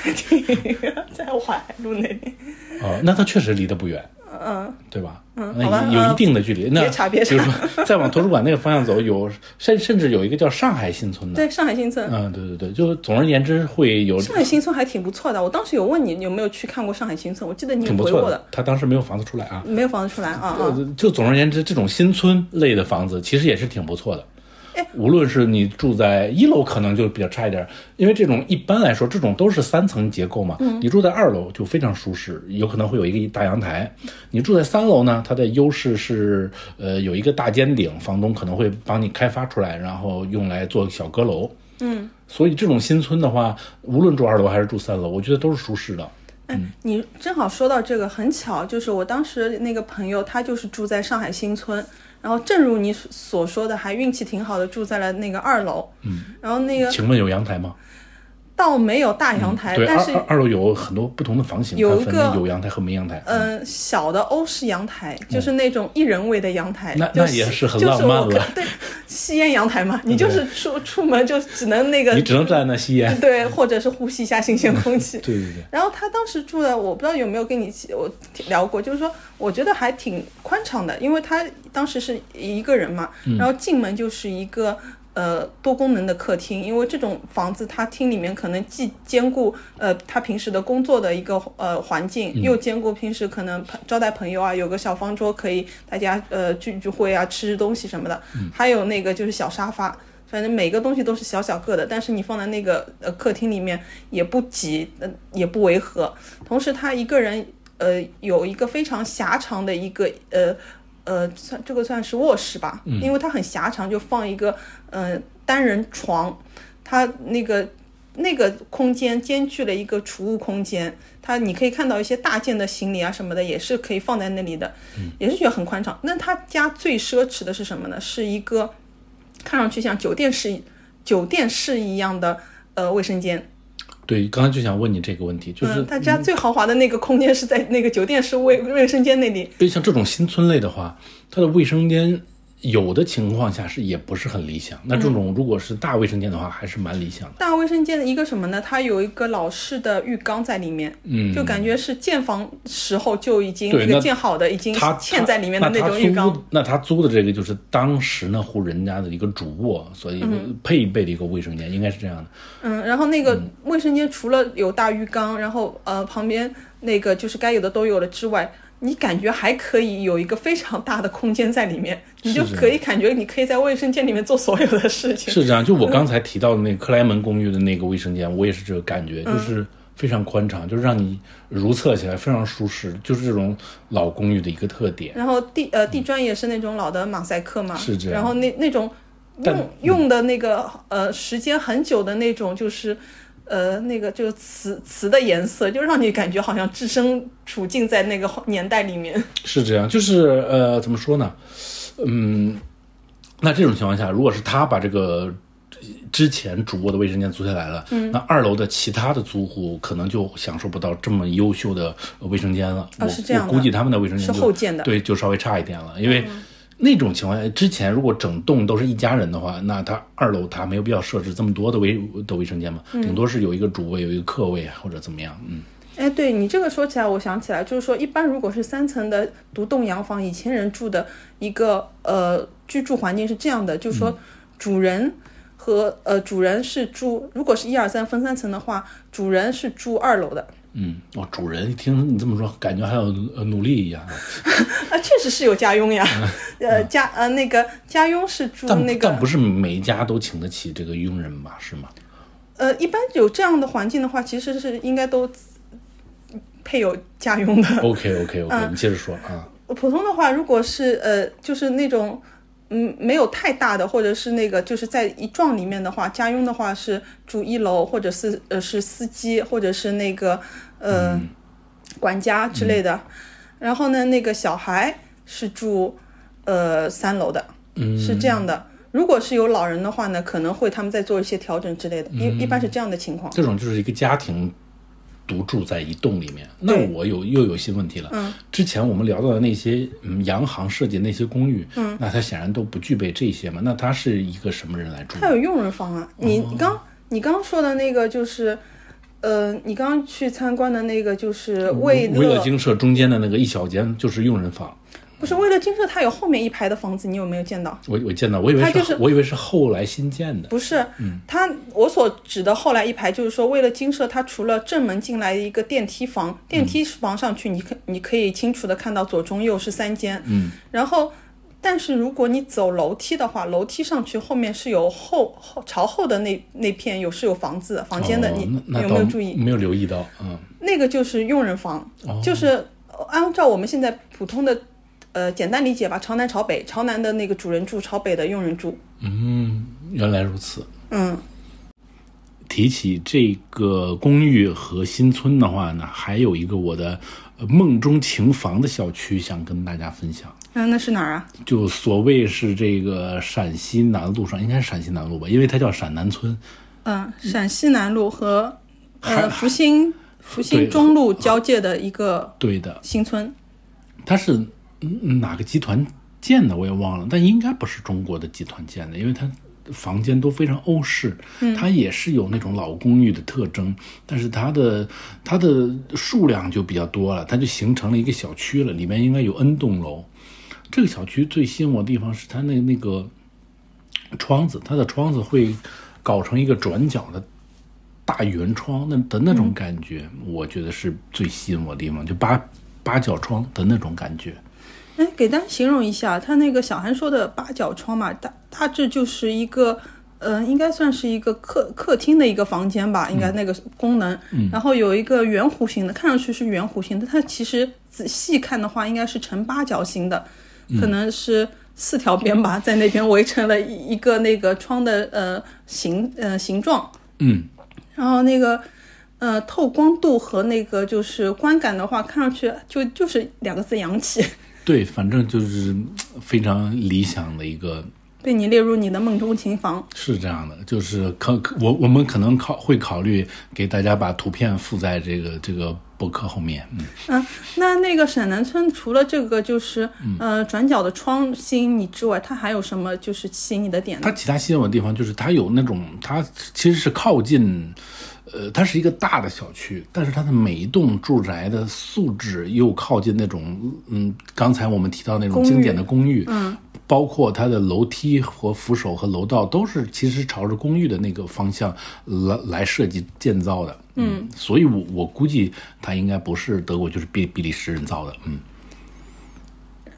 电影院在淮海路那里。
哦，那它确实离得不远，嗯，对吧？嗯
好吧嗯
那有有一定的距离。那
别查别查
比如说，再往图书馆那个方向走，有甚甚至有一个叫上海新村的。
对，上海新村，
嗯，对对对，就总而言之会有
上海新村还挺不错的。我当时有问你你有没有去看过上海新村，我记得你
挺不
回
错
我
的
的，。
他当时没有房子出来啊。
没有房子出来啊啊！
呃，就总而言之，这种新村类的房子其实也是挺不错的
哎。
无论是你住在一楼，可能就比较差一点儿，因为这种一般来说，这种都是三层结构嘛。你住在二楼就非常舒适，有可能会有一个大阳台。你住在三楼呢，它的优势是呃有一个大尖顶，房东可能会帮你开发出来，然后用来做小阁楼。嗯，所以这种新村的话，无论住二楼还是住三楼，我觉得都是舒适的。
哎，你正好说到这个，很巧，就是我当时那个朋友，他就是住在上海新村，然后正如你所说的，还运气挺好的，住在了那个二楼。嗯，然后那个
请问有阳台吗？
倒没有大阳台，
嗯对，二
但是
二二楼有很多不同的房型，
有
它
一
分
个
有阳台和没阳台。
嗯，小的欧式阳台，就是那种一人位的阳台，
嗯那
就
那也是很浪漫了
就是我可对，吸烟阳台嘛，你就是出出门就只能那个，
你只能站在那吸烟。
对，或者是呼吸一下新鲜空气。
对对对，
然后他当时住的，我不知道有没有跟你我聊过，就是说我觉得还挺宽敞的，因为他当时是一个人嘛，然后进门就是一个。呃，多功能的客厅，因为这种房子，它厅里面可能既兼顾呃他平时的工作的一个呃环境，又兼顾平时可能朋招待朋友啊，有个小方桌可以大家呃聚聚会啊，吃吃东西什么的，还有那个就是小沙发，反正每个东西都是小小个的，但是你放在那个呃客厅里面也不挤，呃也不违和。同时，他一个人呃有一个非常狭长的一个呃呃算这个算是卧室吧，因为它很狭长，就放一个呃单人床，它那个那个空间兼具了一个储物空间，它你可以看到一些大件的行李啊什么的，也是可以放在那里的，也是觉得很宽敞。那他家最奢侈的是什么呢？是一个。看上去像酒店式、酒店式一样的呃卫生间。
对，刚才就想问你这个问题，就是
嗯，他家最豪华的那个空间是在那个酒店式卫卫生间那里。
对像这种新村类的话，它的卫生间有的情况下是也不是很理想。那
嗯
这种如果是大卫生间的话，还是蛮理想的。
大卫生间的一个什么呢？它有一个老式的浴缸在里面，
嗯
就感觉是建房时候就已经
对
那个
那
建好的，已经
他
嵌在里面的
那他
种浴
租
缸。
那他租的这个就是当时那户人家的一个主卧，所以配备的一个卫生间，应该是这样的。
嗯，然后那个卫生间除了有大浴缸，然后呃旁边那个就是该有的都有了之外，你感觉还可以有一个非常大的空间在里 面，你就可以感觉你可以在卫生间里面做所有的事情。
是这样，就我刚才提到的那个克莱门公寓的那个卫生间，我也是这个感觉，就是非常宽敞，就是让你如厕起来非常舒适，就是这种老公寓的一个特 点。
然后地呃地砖也是那种老的马赛克嘛，
是这样
然后那那种
但嗯
用用的那个呃时间很久的那种，就是呃那个就是瓷瓷的颜色，就让你感觉好像置身处境在那个年代里面。
是这样，就是呃，怎么说呢？嗯，那这种情况下，如果是他把这个之前主卧的卫生间租下来了，嗯，那二楼的其他的租户可能就享受不到这么优秀的卫生间了。
啊
我
是这样的
我估计他们的卫生间
是
就
后建的嗯
对，就稍微差一点了，因为。那种情况下，之前如果整栋都是一家人的话，那他二楼他没有必要设置这么多的卫的卫生间嘛，
嗯
顶多是有一个主卫，有一个客卫或者怎么样，嗯，
哎，对你这个说起来，我想起来，就是说，一般如果是三层的独栋洋房，以前人住的一个呃居住环境是这样的，就是
嗯
说，主人和呃主人是住，如果是一二三分三层的话，主人是住二楼的，
嗯，哦，主人一听你这么说，感觉还有呃奴隶一样，
啊，确实是有家佣呀，呃家呃那个家佣是住
嗯但
嗯那
但
个
不是每一家都请得起这个佣人吧？是吗？
呃，一般有这样的环境的话，其实是应该都配有家佣的，
OK OK OK，、你
嗯
接着说啊。
普通的话，如果是呃，就是那种嗯没有太大的，或者是那个就是在一幢里面的话，家佣的话是住一楼，或者是呃是司机，或者是那个呃、管家之类的。然后呢，那个小孩是住呃三楼的，是这样的。如果是有老人的话呢，可能会他们再做一些调整之类的，一一般是这样的情况。
这种就是一个家庭独住在一栋里面。那
对
我有又有一些问题了。嗯，之前我们聊到的那些嗯洋行设计那些公寓，嗯，那它显然都不具备这些嘛。那它是一个什么人来住？
它有佣人房啊。你
哦
你刚你刚说的那个就是，呃，你刚刚去参观的那个就是为
为了
乐，
精舍中间的那个一小间就是佣人房，
不是为了金色，它有后面一排的房子，你有没有见到？
我我见到，我以为
它
是
就是
我以为是后来新建的。
不是，
嗯
它我所指的后来一排就是说，为了金舍，它除了正门进来一个电梯房，
嗯
电梯房上去，你可你可以清楚的看到左中右是三间，嗯，然后。但是如果你走楼梯的话，楼梯上去后面是有后后朝后的那那片有是有房子房间的，
哦
你
那
你有
那
没
倒
有注意？
没有留意到，嗯，
那个就是佣人房，就是呃按照我们现在普通的呃简单理解吧，朝南朝北，朝南的那个主人住，朝北的佣人住。
嗯，原来如此。
嗯，
提起这个公寓和新村的话呢，还有一个我的呃梦中情房的小区想跟大家分享，
那、那是哪儿啊？
就所谓是这个陕西南路上，应该是陕西南路吧，因为它叫陕南村，
嗯，陕西南路和呃福兴福
对
兴中路交界的一个
对的，
新村。
它是嗯哪个集团建的我也忘了，但应该不是中国的集团建的，因为它房间都非常欧式，它也是有那种老公寓的特征，但是它的它的数量就比较多了，它就形成了一个小区了，里面应该有 N 栋楼。这个小区最吸引我的地方是它那那个窗子，它的窗子会搞成一个转角的大圆窗那的那种感觉，我觉得是最吸引我的地方，就八八角窗的那种感觉。
哎，给大家形容一下，它那个小韩说的八角窗嘛，大大致就是一个，呃，应该算是一个客客厅的一个房间吧，应该那个功能。然后有一个圆弧形的，看上去是圆弧形的，它其实仔细看的话，应该是呈八角形的，可能是四条边吧，在那边围成了一一个那个窗的呃形呃形状。
嗯，
然后那个呃透光度和那个就是观感的话，看上去就就是两个字洋气。
对，反正就是嗯非常理想的一个，
被你列入你的梦中情房。
是这样的，就是可可我我们可能考会考虑给大家把图片附在这个这个博客后面。嗯，
嗯，那那个沈南村除了这个就是、呃转角的窗吸引你之外，它还有什么就是吸引你的点呢
它？其他吸引我的地方就是它有那种，它其实是靠近，呃，它是一个大的小区，但是它的每一栋住宅的素质又靠近那种，嗯，刚才我们提到那种
公寓
经典的公寓，嗯，包括它的楼梯和扶手和楼道都是其实朝着公寓的那个方向来来设计建造的，嗯，所以我我估计它应该不是德国就是比比利时人造的，嗯，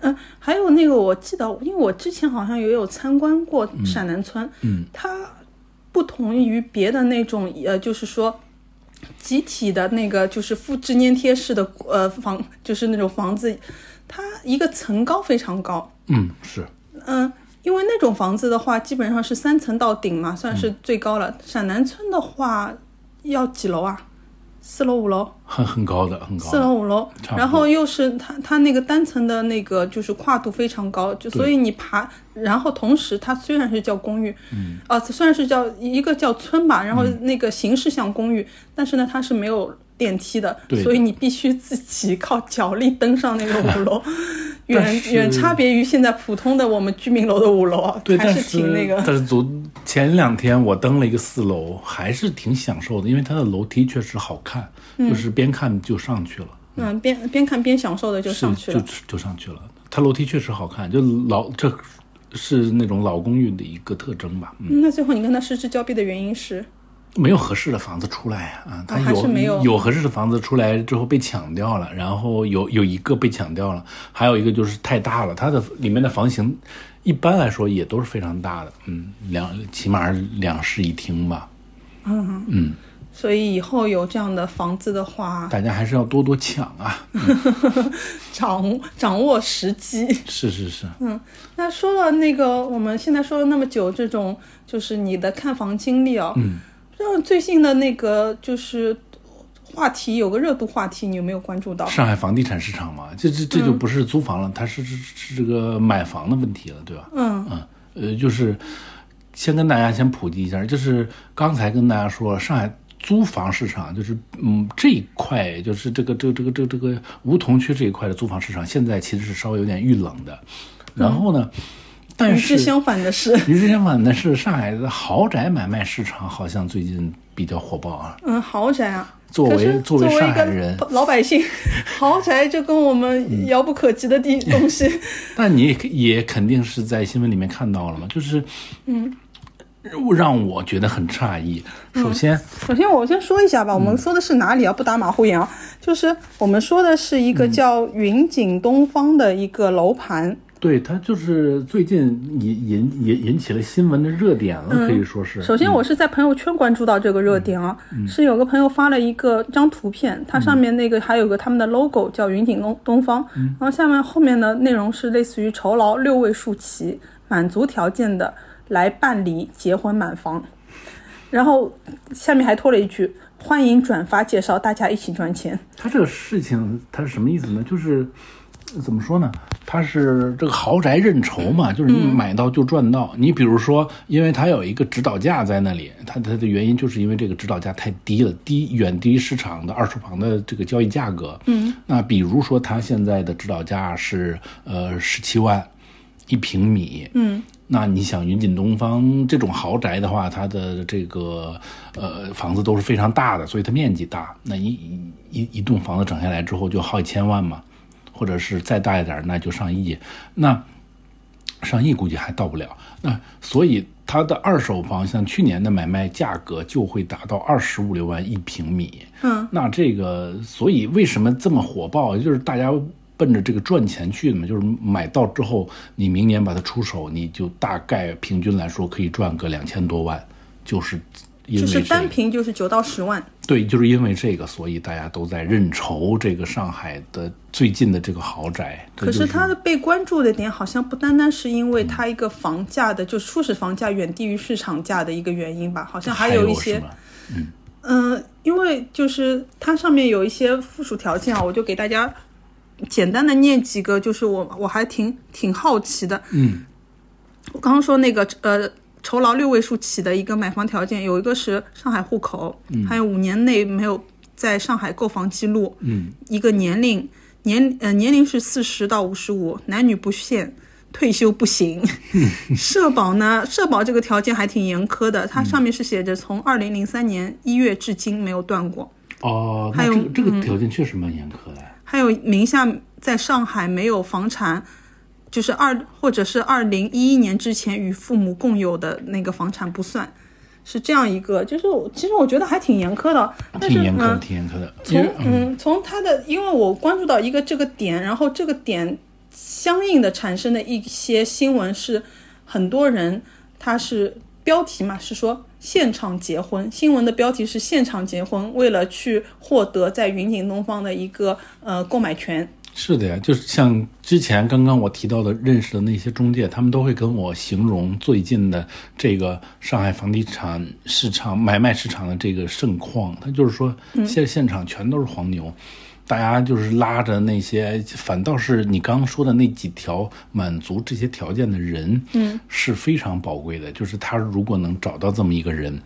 嗯，还有那个我记得，因为我之前好像也有参观过陕南村，嗯，它不同于别的那种呃，就是说集体的那个就是复制粘贴式的呃房，就是那种房子，它一个层高非常高，
嗯，是，
嗯，因为那种房子的话，基本上是三层到顶嘛，算是最高了。陕南村的话，要几楼啊？四楼、五楼？
很很高的，很高
四
的。
楼、五楼
啊差不多，
然后又是它它那个单层的那个就是跨度非常高，就所以你爬，然后同时它虽然是叫公寓，嗯，啊、虽然是叫一个叫村吧，然后那个形式像公寓，但是呢它是没有电梯的，
嗯对的
所以你必须自己靠脚力登上那个五 楼，
但
远
是
远差别于现在普通的我们居民楼的五楼啊，
对，
还
但
是挺那个，
但是昨前两天我登了一个四楼，还是挺享受的，因为它的楼梯确实好看，就是边看就上去了，
嗯，边边看边享受的就是上去
就
了，
就上去了。它楼梯确实好看，就老这是那种老公寓的一个特征吧。嗯，
嗯那最后你跟他失之交臂的原因是？
没有合适的房子出来啊，它
还
有、
是没有
有合适的房子出来之后被抢掉了，然后有有一个被抢掉了，还有一个就是太大了，它的里面的房型一般来说也都是非常大的，嗯，两起码是两室一厅吧，
所以以后有这样的房子的话，
大家还是要多多抢啊，
掌 掌握时机。
是是是，
那说了那个，我们现在说了那么久，这种就是你的看房经历哦。嗯。让最近的那个就是话题有个热度话题，你有没有关注到？
上海房地产市场嘛，这这这就不是租房了，它是是是这个买房的问题了，对吧？
嗯
嗯，呃，就是先跟大家先普及一下，就是刚才跟大家说了，上海租房市场就是嗯这一块，就是这个这个这个这个这个梧桐区这一块的租房市场，现在其实是稍微有点遇冷的。然后呢，但
与之
是
相反的是，
与之相反的是，上海的豪宅买卖市场好像最近比较火爆啊。
嗯，豪宅啊。
作为
可是
作
作
为
一
上海
个
人嗯
老百姓， 豪宅就跟我们遥不可及的 地东西，
但你也也肯定是在新闻里面看到了嘛，就是嗯，让我觉得很诧异。首先，
首先，我先说一下吧，我们说的是哪里啊？不打马虎眼啊，就是我们说的是一个叫云锦东方的一个楼盘，
对它就是最近引引引引起了新闻的热点了，可以说是。
嗯首先，我是在朋友圈关注到这个热点啊，是有个朋友发了一个张图片，它上面那个还有个他们的 logo 叫云顶东东方，然后下面后面的内容是类似于酬劳六位数起，满足条件的来办理结婚满房，然后下面还拖了一句欢迎转发介绍，大家一起赚钱。
它这个事情，它是什么意思呢？就是怎么说呢？它是这个豪宅认筹嘛，就是你买到就赚到。你比如说，因为它有一个指导价在那里，它它的原因就是因为这个指导价太低了，低远低于市场的二手房的这个交易价格。嗯，那比如说它现在的指导价是呃十七万一平米。嗯。那你想云锦东方这种豪宅的话，它的这个呃房子都是非常大的，所以它面积大。那一一一一栋房子整下来之后就好几千万嘛，或者是再大一点儿那就上亿。那上亿估计还到不了。那所以它的二手房像去年的买卖价格就会达到二十五六万一平米。嗯，那这个所以为什么这么火爆？就是大家奔着这个赚钱去的嘛，就是买到之后，你明年把它出手，你就大概平均来说可以赚个两千多万，就是因
就
为这
是
个。
单凭就是九到十万，
对，就是因为这个，所以大家都在认筹这个上海的最近的这个豪宅。这
可
就是嗯
它的被关注的点好像不单单是因为它一个房价的，就初始房价远低于市场价的一个原因吧，好像
还
有一
是
些
吗，
嗯、因为就是它上面有一些附属条件啊，我就给大家简单的念几个，就是我我还挺挺好奇的，
嗯，
我刚刚说那个呃，酬劳六位数起的一个买房条件，有一个是上海户口，还有五年内没有在上海购房记录，
嗯，
一个年龄年呃年龄是四十到五十五，男女不限。退休不行，社保呢？社保这个条件还挺严苛的，它上面是写着从二零零三年一月至今没有断过。
哦，那
还有嗯
这个这个条件确实蛮严苛的。
还有名下在上海没有房产，就是二或者是二零一一年之前与父母共有的那个房产不算，是这样一个。就是我其实我觉得还挺严苛的，但
挺
是
严苛的，
嗯，
挺严苛的。因
从
为
嗯从他的，因为我关注到一个这个点，然后这个点相应的产生的一些新闻是很多人他是标题嘛，是说现场结婚，新闻的标题是现场结婚，为了去获得在云锦东方的一个呃购买权。
是的呀，就是像之前刚刚我提到的认识的那些中介，他们都会跟我形容最近的这个上海房地产市场买卖市场的这个盛况。他就是说，现现场全都是黄牛，大家就是拉着那些，反倒是你刚刚说的那几条满足这些条件的人，嗯，是非常宝贵的。就是他如果能找到这么一个人。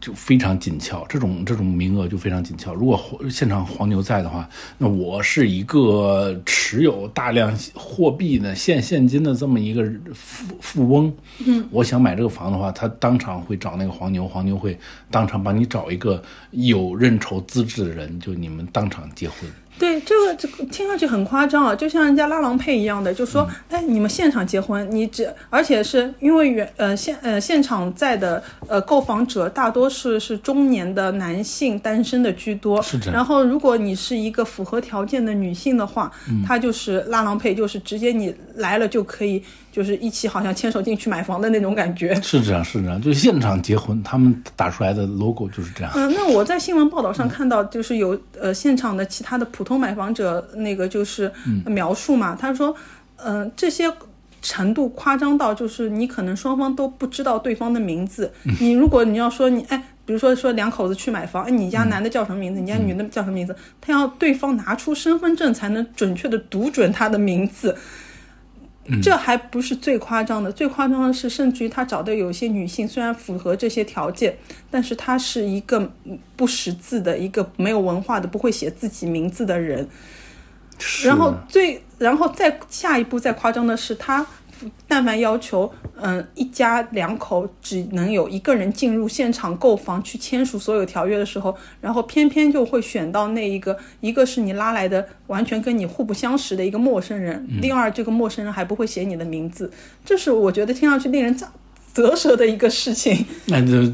就非常紧俏，这种这种名额就非常紧俏。如果黄现场黄牛在的话，那我是一个持有大量货币的现现金的这么一个富富翁，嗯，我想买这个房的话，他当场会找那个黄牛，黄牛会当场帮你找一个有认筹资质的人，就你们当场结婚。
对这个这个听上去很夸张啊，就像人家拉郎配一样的，就说，
嗯
哎，你们现场结婚，你只而且是因为原呃现呃现场在的呃购房者大多是是中年的男性单身的居多，
是这样
然后如果你是一个符合条件的女性的话，
嗯
她就是拉郎配，就是直接你来了就可以，就是一起好像牵手进去买房的那种感觉。
是这样，是这样，就现场结婚，他们打出来的 logo 就是这样。嗯
嗯、那我在新闻报道上看到，就是有呃现场的其他的普通买房者，那个就是
嗯
描述嘛，他说，嗯、这些程度夸张到就是你可能双方都不知道对方的名字，
嗯
你如果你要说你哎。比如说，说两口子去买房，哎，你
嗯
家男的叫什么名字？你家女的叫什么名字？他要对方拿出身份证才能准确的读准他的名字，这还不是最夸张的，最夸张的是，甚至于他找的有些女性虽然符合这些条件，但是她是一个嗯不识字的、一个没有文化的、不会写自己名字的人。
是
然后最，然后再下一步再夸张的是，他但凡要求，嗯、一家两口只能有一个人进入现场购房去签署所有条约的时候，然后偏偏就会选到那一个，一个是你拉来的完全跟你互不相识的一个陌生人，
嗯
另二这个陌生人还不会写你的名字，这是我觉得听上去令人咋啧舌的一个事情。
那这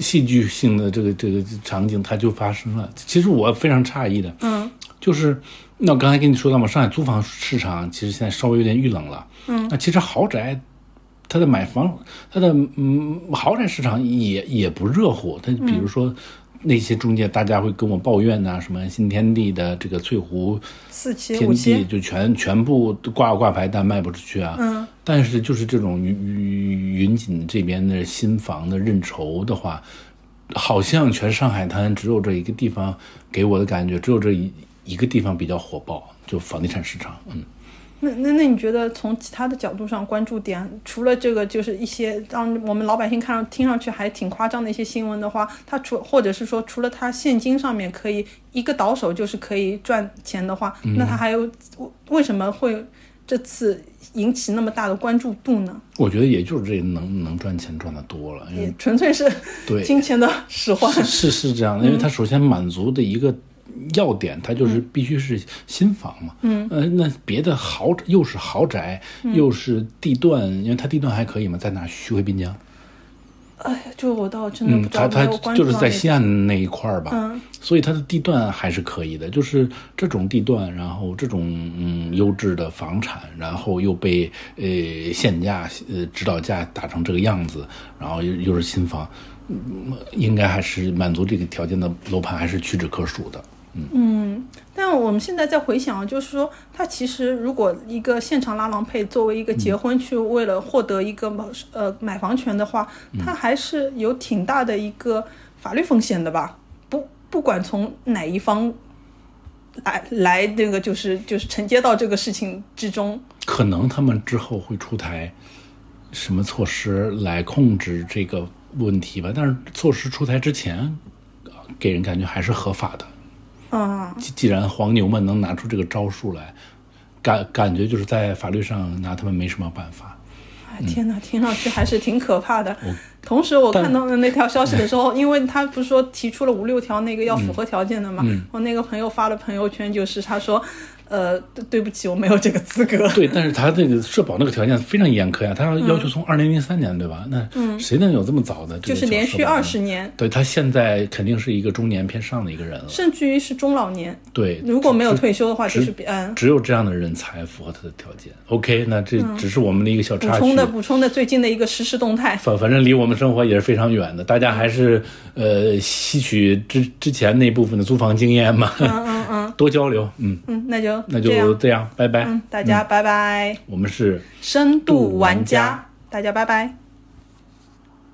戏剧性的这个这个场景它就发生了。其实我非常诧异的，嗯，就是那我刚才跟你说到嘛，上海租房市场其实现在稍微有点遇冷了，嗯，那其实豪宅。它的买房，它的嗯豪宅市场也也不热乎。它比如说那些中介，大家会跟我抱怨呐、什么新天地的这个翠湖
四期、
天
五期
地，就全全部都挂挂牌，但卖不出去啊。嗯，但是就是这种云云云锦这边的新房的认筹的话，好像全上海滩只有这一个地方，给我的感觉只有这一一个地方比较火爆，就房地产市场。嗯，
那那那你觉得从其他的角度上关注点，除了这个，就是一些让我们老百姓看上听上去还挺夸张的一些新闻的话，它除或者是说除了它现金上面可以一个倒手就是可以赚钱的话，那
嗯
它还有为什么会这次引起那么大的关注度呢？
我觉得也就是这能能赚钱赚的多了，因为
也纯粹是
嗯对
金钱的使唤。
是是是这样的，因为它首先满足的一个要点，它就是必须是新房嘛。嗯，呃，那别的豪又是豪宅，又是地段，因为它地段还可以嘛，在哪？徐汇滨江。
哎呀，这个我倒真的不
嗯，
知道，
它
没
它
有关注
就
到
是在
那个嗯
西岸那一块儿吧，所以它的地段还是可以的，就是这种地段，然后这种嗯优质的房产，然后又被呃限价呃指导价打成这个样子，然后又又是新房，嗯应该还是满足这个条件的楼盘还是屈指可数的。
但我们现在在回想啊，就是说，它其实如果一个现场拉郎配作为一个结婚去为了获得一个呃买房权的话，它还是有挺大的一个法律风险的吧？不，不管从哪一方来来那个就是就是承接到这个事情之中，
可能他们之后会出台什么措施来控制这个问题吧，但是措施出台之前，呃给人感觉还是合法的。
啊、
既既然黄牛们能拿出这个招数来，感感觉就是在法律上拿他们没什么办法。
哎，天哪，听上去还是挺可怕的。同时，我看到那条消息的时候，因为他不
嗯
是说提出了五六条那个要符合条件的嘛，我那个朋友发了朋友圈，就是他说呃，对对不起，我没有这个资格。
对，但是他这个社保那个条件非常严苛呀，
嗯
他要要求从二零零三年对吧？那谁能有这么早的这
就
个
是
缴
连
社
续
保
二
呢
十年，
对他现在肯定是一个中年偏上的一个人了。
甚至于是中老年。
对，
如果没有退休的话，
是
就是比嗯，
只有这样的人才符合他的条件。OK，那这只是我们的一个小
补
插曲
充。的补充的最近的一个实时动态。
反反正离我们生活也是非常远的，大家还是呃吸取之之前那部分的租房经验嘛，
嗯嗯嗯
多交流。嗯，
嗯，那就
那
这样嗯
就这样，拜拜。
嗯，大家拜拜。
我们是
深度玩
玩
家
家，
大家拜拜。